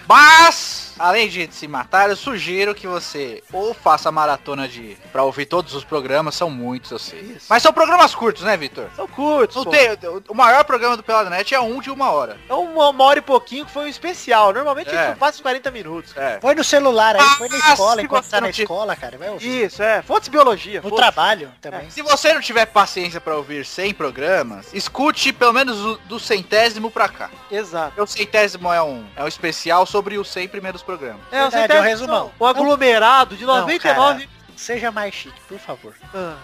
S4: Mas, além de se matar, eu sugiro que você ou faça a maratona de pra ouvir todos os programas, são muitos, eu sei.
S5: Isso.
S4: Mas são programas curtos, né, Vitor?
S5: São curtos,
S4: Não
S5: pô.
S4: tem- o maior programa do Peladranet é um de uma hora.
S5: É uma, uma hora e pouquinho que foi um especial. Normalmente
S4: É.
S5: isso passa os 40 minutos.
S4: É.
S3: Põe no celular aí, põe na
S4: Ah,
S3: escola,
S4: se
S3: enquanto
S4: você
S3: tá na
S4: não tiver-
S3: escola, cara. Vai ouvir.
S5: Isso, é. Fontes biologia.
S3: No
S5: foda-se.
S3: trabalho também.
S4: Se você não tiver paciência pra ouvir 100 programas, escute pelo menos o- do centésimo pra cá.
S5: Exato.
S4: O centésimo é um, é um especial sobre os 100 primeiros programas.
S5: É,
S3: Verdade,
S5: tem
S3: é um resumão.
S5: Um aglomerado de
S3: Não,
S5: 99...
S4: É.
S3: Seja mais chique, por favor.
S5: Ah,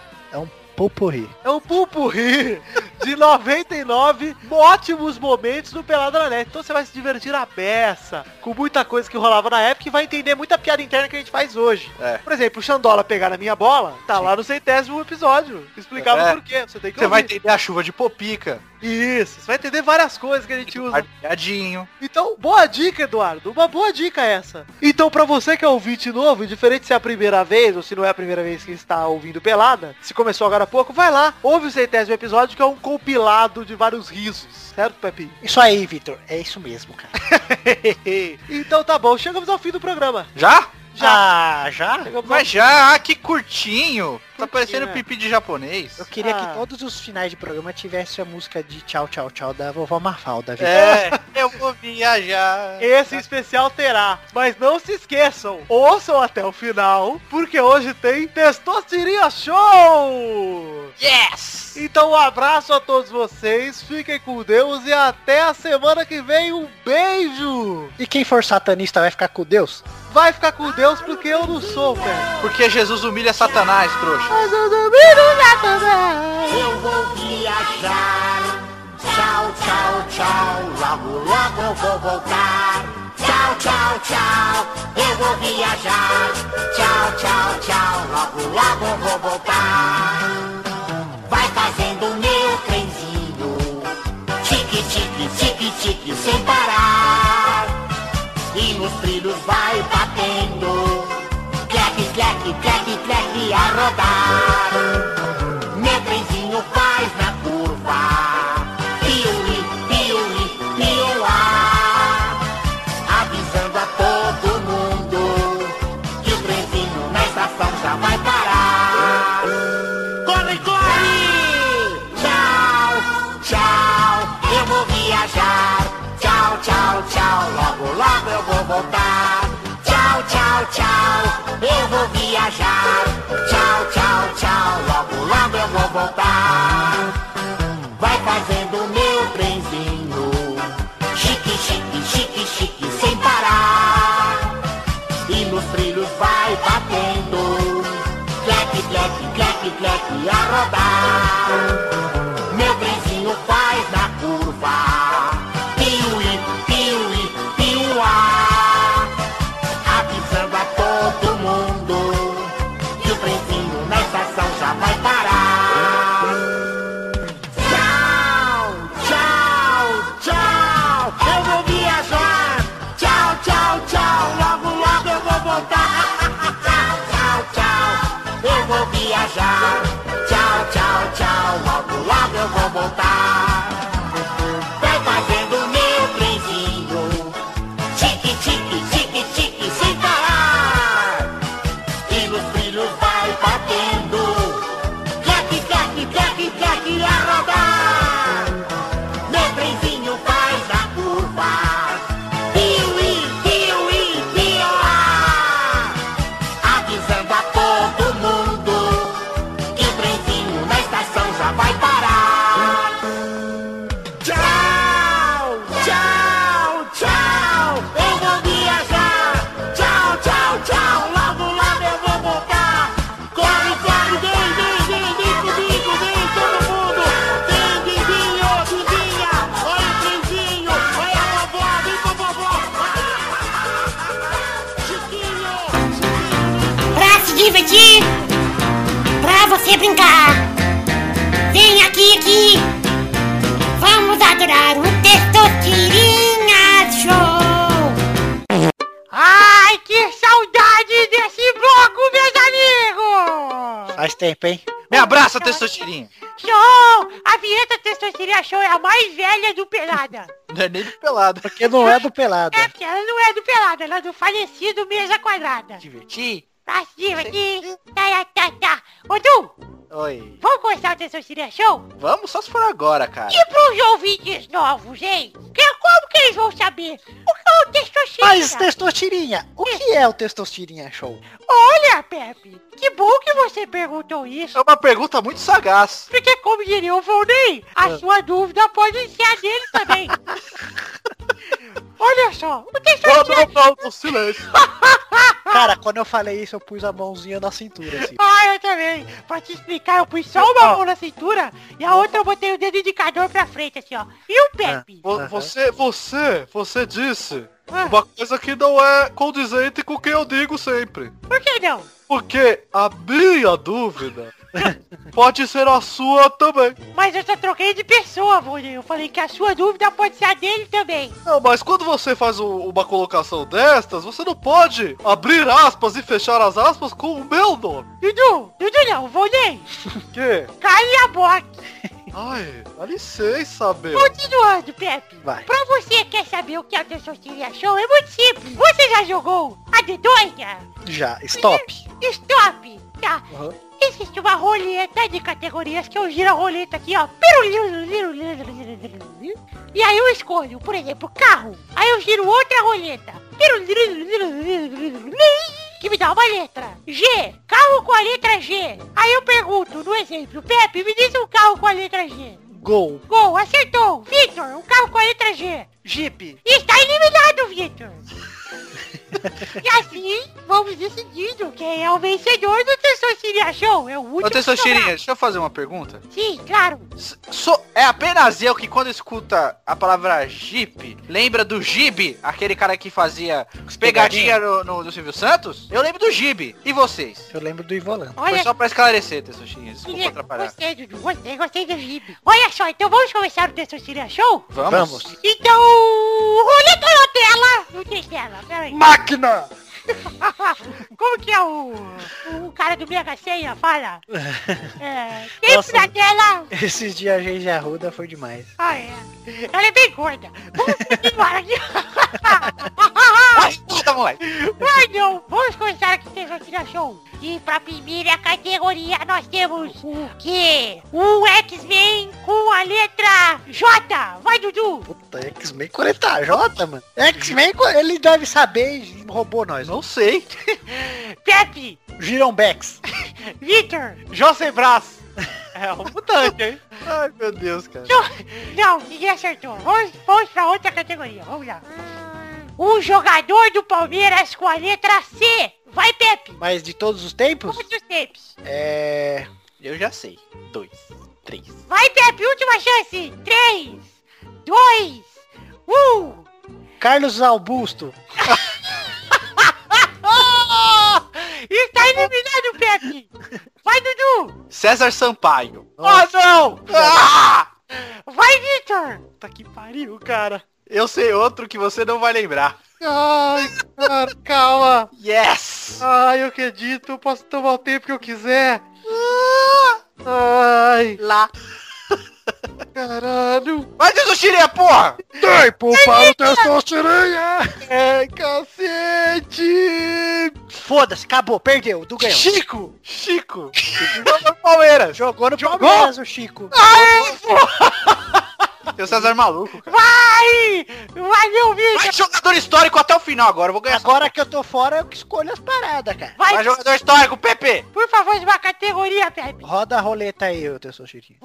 S3: Poporri.
S5: é um pupurri de 99 ótimos momentos no Pelada na Net. Então você vai se divertir à beça, com muita coisa que rolava na época e vai entender muita piada interna que a gente faz hoje.
S4: É.
S5: Por exemplo, o Xandola pegar na minha bola, tá lá no centésimo episódio. Explicava
S4: É.
S5: por quê. Você tem que
S4: Você vai
S5: ouvir.
S4: entender a chuva de popica,
S5: Isso, você vai entender várias coisas que a gente usa.
S4: ardeadinho.
S5: Então, boa dica, Eduardo. Uma boa dica essa. Então, pra você que é ouvinte novo, indiferente se é a primeira vez ou se não é a primeira vez que está ouvindo Pelada, se começou agora há pouco, vai lá, ouve o centésimo episódio, que é um compilado de vários risos. Certo, Pepe?
S3: Isso aí, Vitor. É isso mesmo, cara.
S5: então tá bom, chegamos ao fim do programa.
S4: Já?
S3: Já, já?
S5: Chegamos ao...
S4: Mas já, ah, que curtinho. Tá parecendo
S5: né?
S4: pipi de japonês.
S3: Eu queria
S5: Ah.
S3: que todos os finais de programa tivessem a música de tchau, tchau, tchau da vovó Mafalda, Vitor.
S4: É, eu vou viajar.
S5: Esse especial terá, mas não se esqueçam, ouçam até o final, porque hoje tem Testosteria Show!
S4: Yes!
S5: Então um abraço a todos vocês, fiquem com Deus e até a semana que vem. Um beijo!
S3: E quem for satanista vai ficar com Deus?
S5: Vai ficar com Deus porque eu não sou, cara.
S4: Porque Jesus humilha Satanás, trouxa.
S5: Mas eu também não já também.
S7: Eu vou viajar. Tchau, tchau, tchau. Logo, logo eu vou voltar. Tchau, tchau, tchau. Eu vou viajar. Tchau, tchau, tchau. Logo, logo eu vou voltar. Vai fazendo o meu trenzinho. Tique, tique, tique, tique, sem parar. E nos trilhos vai batendo. Clac, clac, clac, clac, a rodar. Meu trenzinho faz na curva Piuí, piuí, piuá Avisando a todo mundo Que o trenzinho na estação já vai parar Corre, corre! Tchau, tchau Eu vou viajar Tchau, tchau, tchau Logo, logo eu vou voltar Tchau, tchau, tchau Eu vou viajar Tchau, tchau, tchau Logo, logo eu vou voltar Vai fazendo o meu trenzinho Chique, chique, chique, chique Sem parar e nos trilhos vai batendo. Clac, clac, clac, clac, a rodar. Meu trenzinho faz na curva. Piuí, piuí, piuá. Avisando a todo mundo que o trenzinho na estação já vai parar. Tchau, tchau, tchau. Eu vou viajar. Tchau, tchau, tchau. Logo, logo eu vou voltar. Tchau, tchau, tchau. Eu vou viajar. Tchau, tchau, tchau. Logo, logo eu vou voltar. Vai fazendo meu trenzinho. Tique, tique, tique, tique, sem parar e no filho vai batendo. Clac, clac, clac, clac, a rodar. Meu trenzinho faz a curva. Piuí, piuí, piuá. Avisando a todo mundo que o trenzinho na estação já vai parar. Tchau, tchau, tchau. Eu vou viajar. Tchau, tchau, tchau. Logo, logo eu vou voltar. Corre, corre, vem, vem, vem, vem comigo, vem todo mundo. Vem, vizinho, vizinha. Olha o trenzinho. Olha a vovó, vem com a vovó. Chiquinho.
S10: Pra se divertir, pra você brincar. Vem aqui, aqui. Vamos adorar o Testosterinha Show. Ai, que saudade desse bloco,
S4: Ah.
S10: meus amigos.
S3: Faz tempo, hein?
S4: Me abraça, testotirinha.
S10: Show! A vinheta Testosterinha Show é a mais velha do Pelada.
S4: Não é nem de pelada.
S3: Porque não é do pelado.
S10: É porque ela não é do Pelada, ela é do falecido Mesa Quadrada.
S4: Diverti?
S10: Pra se divertir, tá, tá, tá, tá. Ô, Du,
S4: Oi.
S10: Vamos começar o Testosterinha Show?
S4: Vamos só se for agora, cara.
S10: E pros Tipo ouvintes novos, hein? Que, é como que eles vão saber? O que é o Testosterinha?
S3: Mas testosterinha, o que é o testosterinha show?
S10: Olha, Pepe, que bom que você perguntou isso.
S4: É uma pergunta muito sagaz.
S10: Porque, como diria o Volney, a sua dúvida pode ser a dele também. Olha só, o Testosterinha...
S4: Todo mundo no silêncio.
S3: Cara, quando eu falei isso, eu pus a mãozinha na cintura, assim.
S10: Ah, eu também. Pra te explicar, eu pus só uma mão na cintura e a outra eu botei o dedo indicador pra frente, assim, ó. E o Pepe? Ah,
S11: Vo- Você, você, você disse uma coisa que não é condizente com o que eu digo sempre.
S10: Por que não?
S11: Porque a minha dúvida pode ser a sua também.
S10: Mas eu só troquei de pessoa, Bruno. Eu falei que a sua dúvida pode ser a dele também.
S11: Não, mas quando você faz um- uma colocação destas, você não pode abrir aspas e fechar as aspas com o meu nome.
S10: Dudu, Dudu não, Volney.
S11: Que?
S10: Cala a boca.
S11: Ai, dá licença, meu.
S10: Continuando, Pepe.
S3: Vai.
S10: Pra você que quer saber o que a Desortilha achou, é muito simples. Você já jogou a dedoida?
S3: Já, stop.
S10: Stop. Tá.
S3: Aham.
S10: Existe uma roleta de categorias que eu giro a roleta aqui, ó. E aí eu escolho, por exemplo, carro. Aí eu giro outra roleta. Que me dá uma letra. G. Carro com a letra G. Aí eu pergunto, no exemplo, Pepe, me diz um carro com a letra G.
S3: Gol.
S10: Gol, acertou. Victor, um carro com a letra G.
S5: Jeep.
S10: Está eliminado, Victor! e assim, vamos decidindo quem é o vencedor do Tessociria Show. É o último
S4: Ô,
S10: que sobrar.
S4: Teixeirinha, deixa eu fazer uma pergunta.
S10: Sim, claro.
S4: S- sou- é apenas eu que quando escuta a palavra Jeep, lembra do Gibe, aquele cara que fazia pegadinha no, no, no Silvio Santos? Eu lembro do Gibe. E vocês?
S3: Eu lembro do Ivolando.
S4: Foi
S10: Olha,
S4: só pra esclarecer, Tessuchinha. Desculpa
S10: Guilherme,
S4: atrapalhar.
S10: gostei, Dudu, gostei, gostei do Jeep. Olha só, então vamos começar o Tessociria Show?
S4: Vamos.
S10: Então, roleta na tela! Não tem tela, peraí.
S3: Máquina!
S10: Como que é o, o cara do Mega Senha? Fala. É, tempo
S3: Nossa.
S10: na tela,
S3: Esses dias a gente arruda foi demais.
S10: Ah, é. Ela é bem gorda. Vamos continuar aqui.
S4: Tá, moleque.
S10: Ai, não. Vamos começar aqui tem Jotina Show. E pra primeira categoria nós temos o quê? Um X-Men com a letra J. Vai, Dudu.
S3: Puta, Tá, é X-Men 40J, mano. É X-Men, co- ele deve saber e roubou nós.
S4: Não sei.
S10: Pepe.
S3: Giron Bex.
S10: Victor.
S5: Jó sem braço. É um mutante, hein?
S11: Ai, meu Deus, cara.
S10: Não, não, ninguém acertou. Vamos, vamos pra outra categoria. Vamos lá. Um jogador do Palmeiras com a letra C. Vai, Pepe.
S3: Mas de todos os tempos?
S10: Quantos tempos?
S3: É...
S4: Eu já sei. Dois. Três.
S10: Vai, Pepe, última chance. 3, 2, 1.
S3: Carlos Augusto.
S10: Está eliminado, Pepe. Vai, Dudu.
S4: César Sampaio.
S5: Oh, não!
S4: Ah!
S10: Vai, Victor.
S5: Puta que pariu, cara.
S4: Eu sei outro que você não vai lembrar.
S5: Ai, cara, calma.
S4: Yes!
S5: Ai, eu acredito. Eu posso tomar o tempo que eu quiser. Ah! Ai,
S4: Lá.
S5: caralho.
S4: Vai, Tessuchinha, porra!
S3: Tempo para o Testosterinha!
S5: É, cacete.
S3: Foda-se, acabou, perdeu, do ganhou.
S5: Chico. Chico.
S4: Palmeiras.
S3: Jogou no Palmeiras o Chico.
S4: Tem o César maluco, cara.
S10: Vai.
S4: Vai
S10: Valeu, Victor.
S4: jogador histórico até o final agora. eu Vou ganhar essa
S3: Agora que eu tô fora, eu que escolho as paradas, cara.
S10: Vai,
S4: Vai jogador histórico, Pepe!
S10: por favor, de uma categoria, Pepe.
S3: Roda a roleta aí, ô Testosterinha.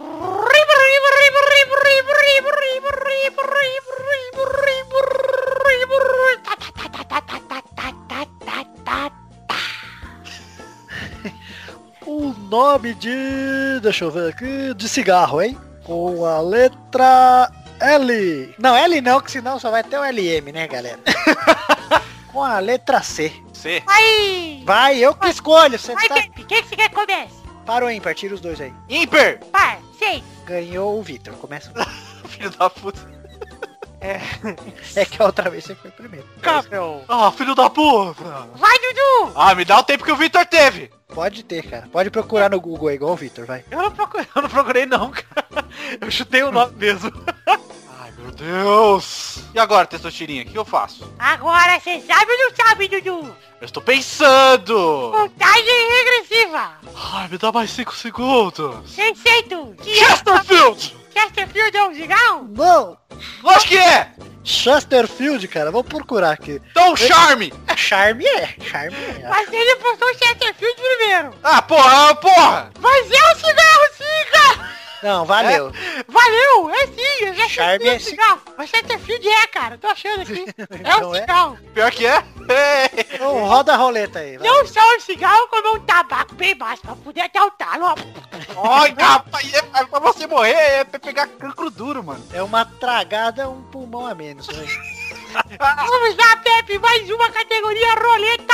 S3: O nome de... deixa eu ver aqui... de cigarro, hein? Com a letra... L. Não, L não, que senão só vai ter o LM, né, galera? Com a letra C.
S4: C.
S10: Vai.
S3: Vai, eu que escolho. Você
S10: Vai,
S3: tá...
S10: Pepe. Quem que você quer que comece?
S3: Parou aí, partir os dois aí.
S4: Imper!
S10: Vai, seis.
S3: Ganhou o Vitor, começa.
S4: Filho da puta.
S3: É que a outra vez você foi primeiro.
S5: Camel.
S11: Ah, filho da puta.
S10: Vai, Dudu.
S4: Ah, me dá o tempo que o Victor teve.
S3: Pode ter, cara. Pode procurar no Google aí, igual o Vitor, vai.
S5: Eu não procurei, eu não procurei não, cara. Eu chutei o nome mesmo.
S11: Ai, meu Deus.
S4: E agora, Testosterinha, o que eu faço?
S10: Agora você sabe ou não sabe, Dudu?
S4: Eu estou pensando.
S10: Contagem regressiva.
S11: Ai, me dá mais 5 segundos.
S10: Sem jeito.
S11: Chesterfield!
S10: Chesterfield é um cigarro?
S3: Não!
S4: Lógico que é.
S3: Chesterfield, cara, vou procurar aqui.
S4: Então, Charme.
S3: É, Charme é, Charme é.
S10: Mas ele postou o Chesterfield primeiro.
S4: Ah, porra, porra.
S10: Mas é um cigarro, sim, cara.
S3: Não, valeu.
S10: Valeu, é sim, é
S3: Charme é esse.
S10: Não, mas Santa Field é, cara. Tô achando aqui. É um
S3: Então é?
S10: cigarro.
S11: Pior que é?
S3: Então, roda a roleta aí. vai.
S10: Não só um cigarro, como um tabaco bem baixo, pra poder ataltá-lo.
S11: Ai, rapaz, é pra você morrer é pra pegar cancro duro, mano.
S3: É uma tragada, um pulmão a menos. vai.
S10: Vamos lá, Pepe, mais uma categoria roleta.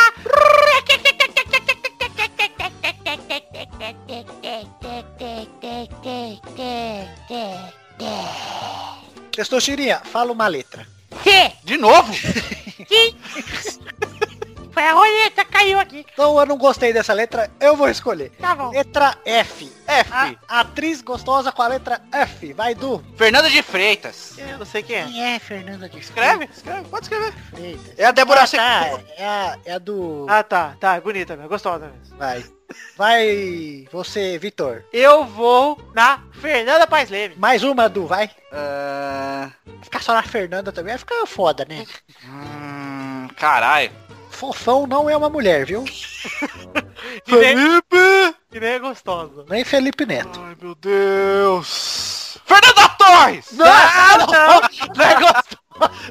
S3: Testosterinha, fala uma letra.
S10: T,
S11: De novo?
S10: T. Foi a roleta, caiu aqui.
S3: Então eu não gostei dessa letra, eu vou escolher.
S10: Tá bom.
S3: Letra F.
S11: F.
S3: A atriz gostosa com a letra F. Vai, Du.
S4: Fernanda de Freitas.
S5: Eu não sei quem é.
S3: Quem é Fernanda de
S11: Escreve, escreve, pode escrever.
S3: Freitas?
S11: É a Débora
S3: Ah,
S11: Se-
S3: tá, é, a, é a do...
S5: Ah, tá, tá, bonita mesmo, gostosa mesmo.
S3: Vai. Vai, você, Vitor.
S5: Eu vou na Fernanda Paz Leme.
S3: Mais uma, Du, vai.
S4: Ah,
S3: Ficar só na Fernanda também vai ficar foda, né?
S4: hum, caralho.
S3: Fofão não é uma mulher, viu?
S5: E nem,
S11: Felipe!
S5: e nem é gostosa.
S3: Nem Felipe Neto.
S11: Ai, meu Deus. Fernanda Torres!
S5: Ah,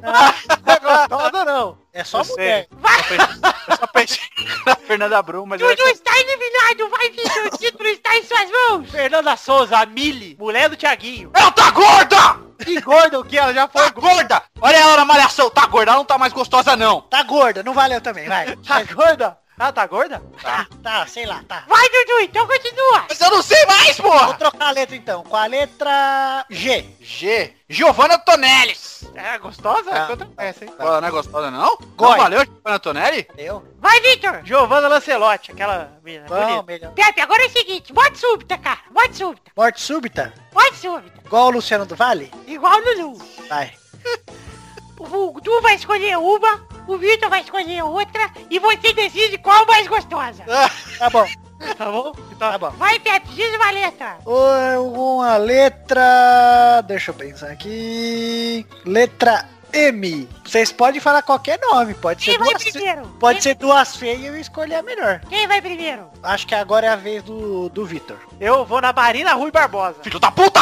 S5: não!
S3: Foda não. É só
S5: Eu
S3: mulher.
S4: Eu só pensei na Fernanda Brum, mas é eu...
S10: Dudu está eliminado, vai, Vitor, o título está em suas mãos.
S5: Fernanda Souza, a Mili, mulher do Thiaguinho.
S4: Ela tá gorda!
S5: Que gorda o que? Ela já foi
S4: Tá gorda! Olha ela na malhação, tá gorda, ela não tá mais gostosa não.
S3: Tá gorda, não valeu também, vai.
S5: Tá gorda? Ah, tá gorda?
S3: Tá, tá, sei lá, tá.
S10: Vai, Dudu, então continua.
S4: Mas eu não sei mais,
S3: Vou
S4: porra!
S3: trocar a letra então, com a letra G.
S4: G. Giovanna Tonellis.
S5: É gostosa?
S3: Ah,
S5: Quanto essa, hein?
S4: Ela não é gostosa não?
S3: Goi.
S4: Não valeu, Giovanna Tonelli?
S3: Entendeu?
S10: Vai, Vitor.
S5: Giovanna Lancelotti, aquela menina
S3: Bom,
S5: bonita.
S3: melhor.
S10: Pepe, agora é o seguinte, morte súbita, cara, morte súbita,
S3: Morte súbita,
S10: morte súbita,
S3: igual o Luciano do Vale?
S10: igual o Lulu.
S3: Vai.
S10: O Dudu vai escolher uma, o Vitor vai escolher outra e você decide qual mais gostosa.
S3: Tá bom,
S5: Tá bom? Então,
S3: tá bom.
S10: Vai, Pepe, diz uma letra.
S3: Ô, Uma letra. Deixa eu pensar aqui. Letra M. Vocês podem falar qualquer nome, pode
S10: Quem
S3: ser
S10: vai
S3: duas.
S10: primeiro?
S3: Pode
S10: Quem-
S3: ser duas feias e eu escolher a melhor.
S10: Quem vai primeiro?
S3: Acho que agora é a vez do, do Vitor.
S5: eu vou na Marina Rui Barbosa.
S4: Filho da puta!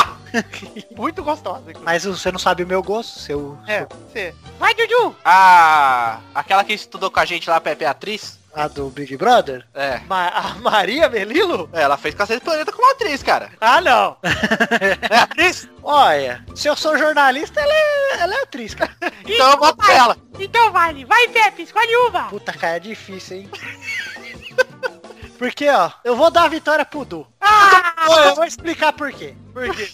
S5: Muito gostosa, inclusive.
S3: Mas você não sabe o meu gosto, seu.
S5: É, você.
S10: Vai, Dudu.
S4: Ah, aquela que estudou com a gente lá, Pepe, é atriz?
S3: A do Big Brother?
S4: É.
S5: Ma- a Maria Melilo?
S4: É, Ela fez Cacete Planeta como atriz, cara.
S5: Ah, não.
S4: É atriz?
S3: Olha, se eu sou jornalista, ela é, ela é atriz, cara.
S4: Então eu boto ela.
S10: Então vale. Vai, Pepe, escolhe uma.
S3: Puta, cara, é difícil, hein? Porque, ó, eu vou dar a vitória pro Du.
S10: Ah,
S3: Ó, Eu vou explicar por quê.
S5: Por quê?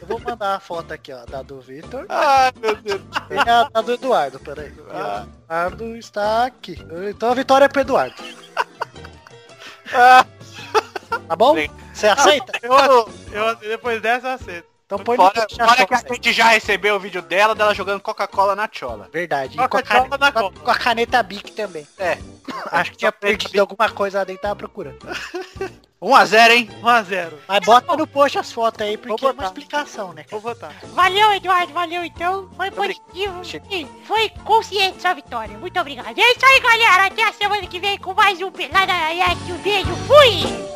S3: Eu vou mandar a foto aqui, ó, da do Vitor
S4: Ai, meu Deus. Ah.
S3: e a da do Eduardo, peraí. E o Eduardo está aqui. Então a vitória é pro Eduardo.
S4: Ah.
S3: Tá bom? Você aceita?
S5: Eu, eu, depois dessa eu aceito.
S3: Então põe no
S4: Fora,
S3: chat
S4: fora que a
S3: agora.
S4: gente já recebeu o vídeo dela, dela jogando Coca-Cola na chola.
S3: Verdade. E
S5: Toca
S3: com, a
S5: de bola
S3: caneta,
S5: na
S3: com a-
S5: Copa.
S3: com a caneta Bic também.
S4: É.
S3: Acho que tinha perdido alguma coisa lá dentro, tava procurando.
S4: 1x0, hein?
S5: 1x0.
S3: Mas bota no post as fotos aí, porque é uma
S5: botar.
S3: explicação, né?
S5: Vou votar.
S10: valeu, Eduardo, valeu, então. Foi
S3: Obrigado.
S10: positivo.
S3: Chico.
S10: E foi consciente sua vitória. Muito obrigado. É isso aí, galera. Até a semana que vem com mais um Pelada Leste. Um beijo. Fui.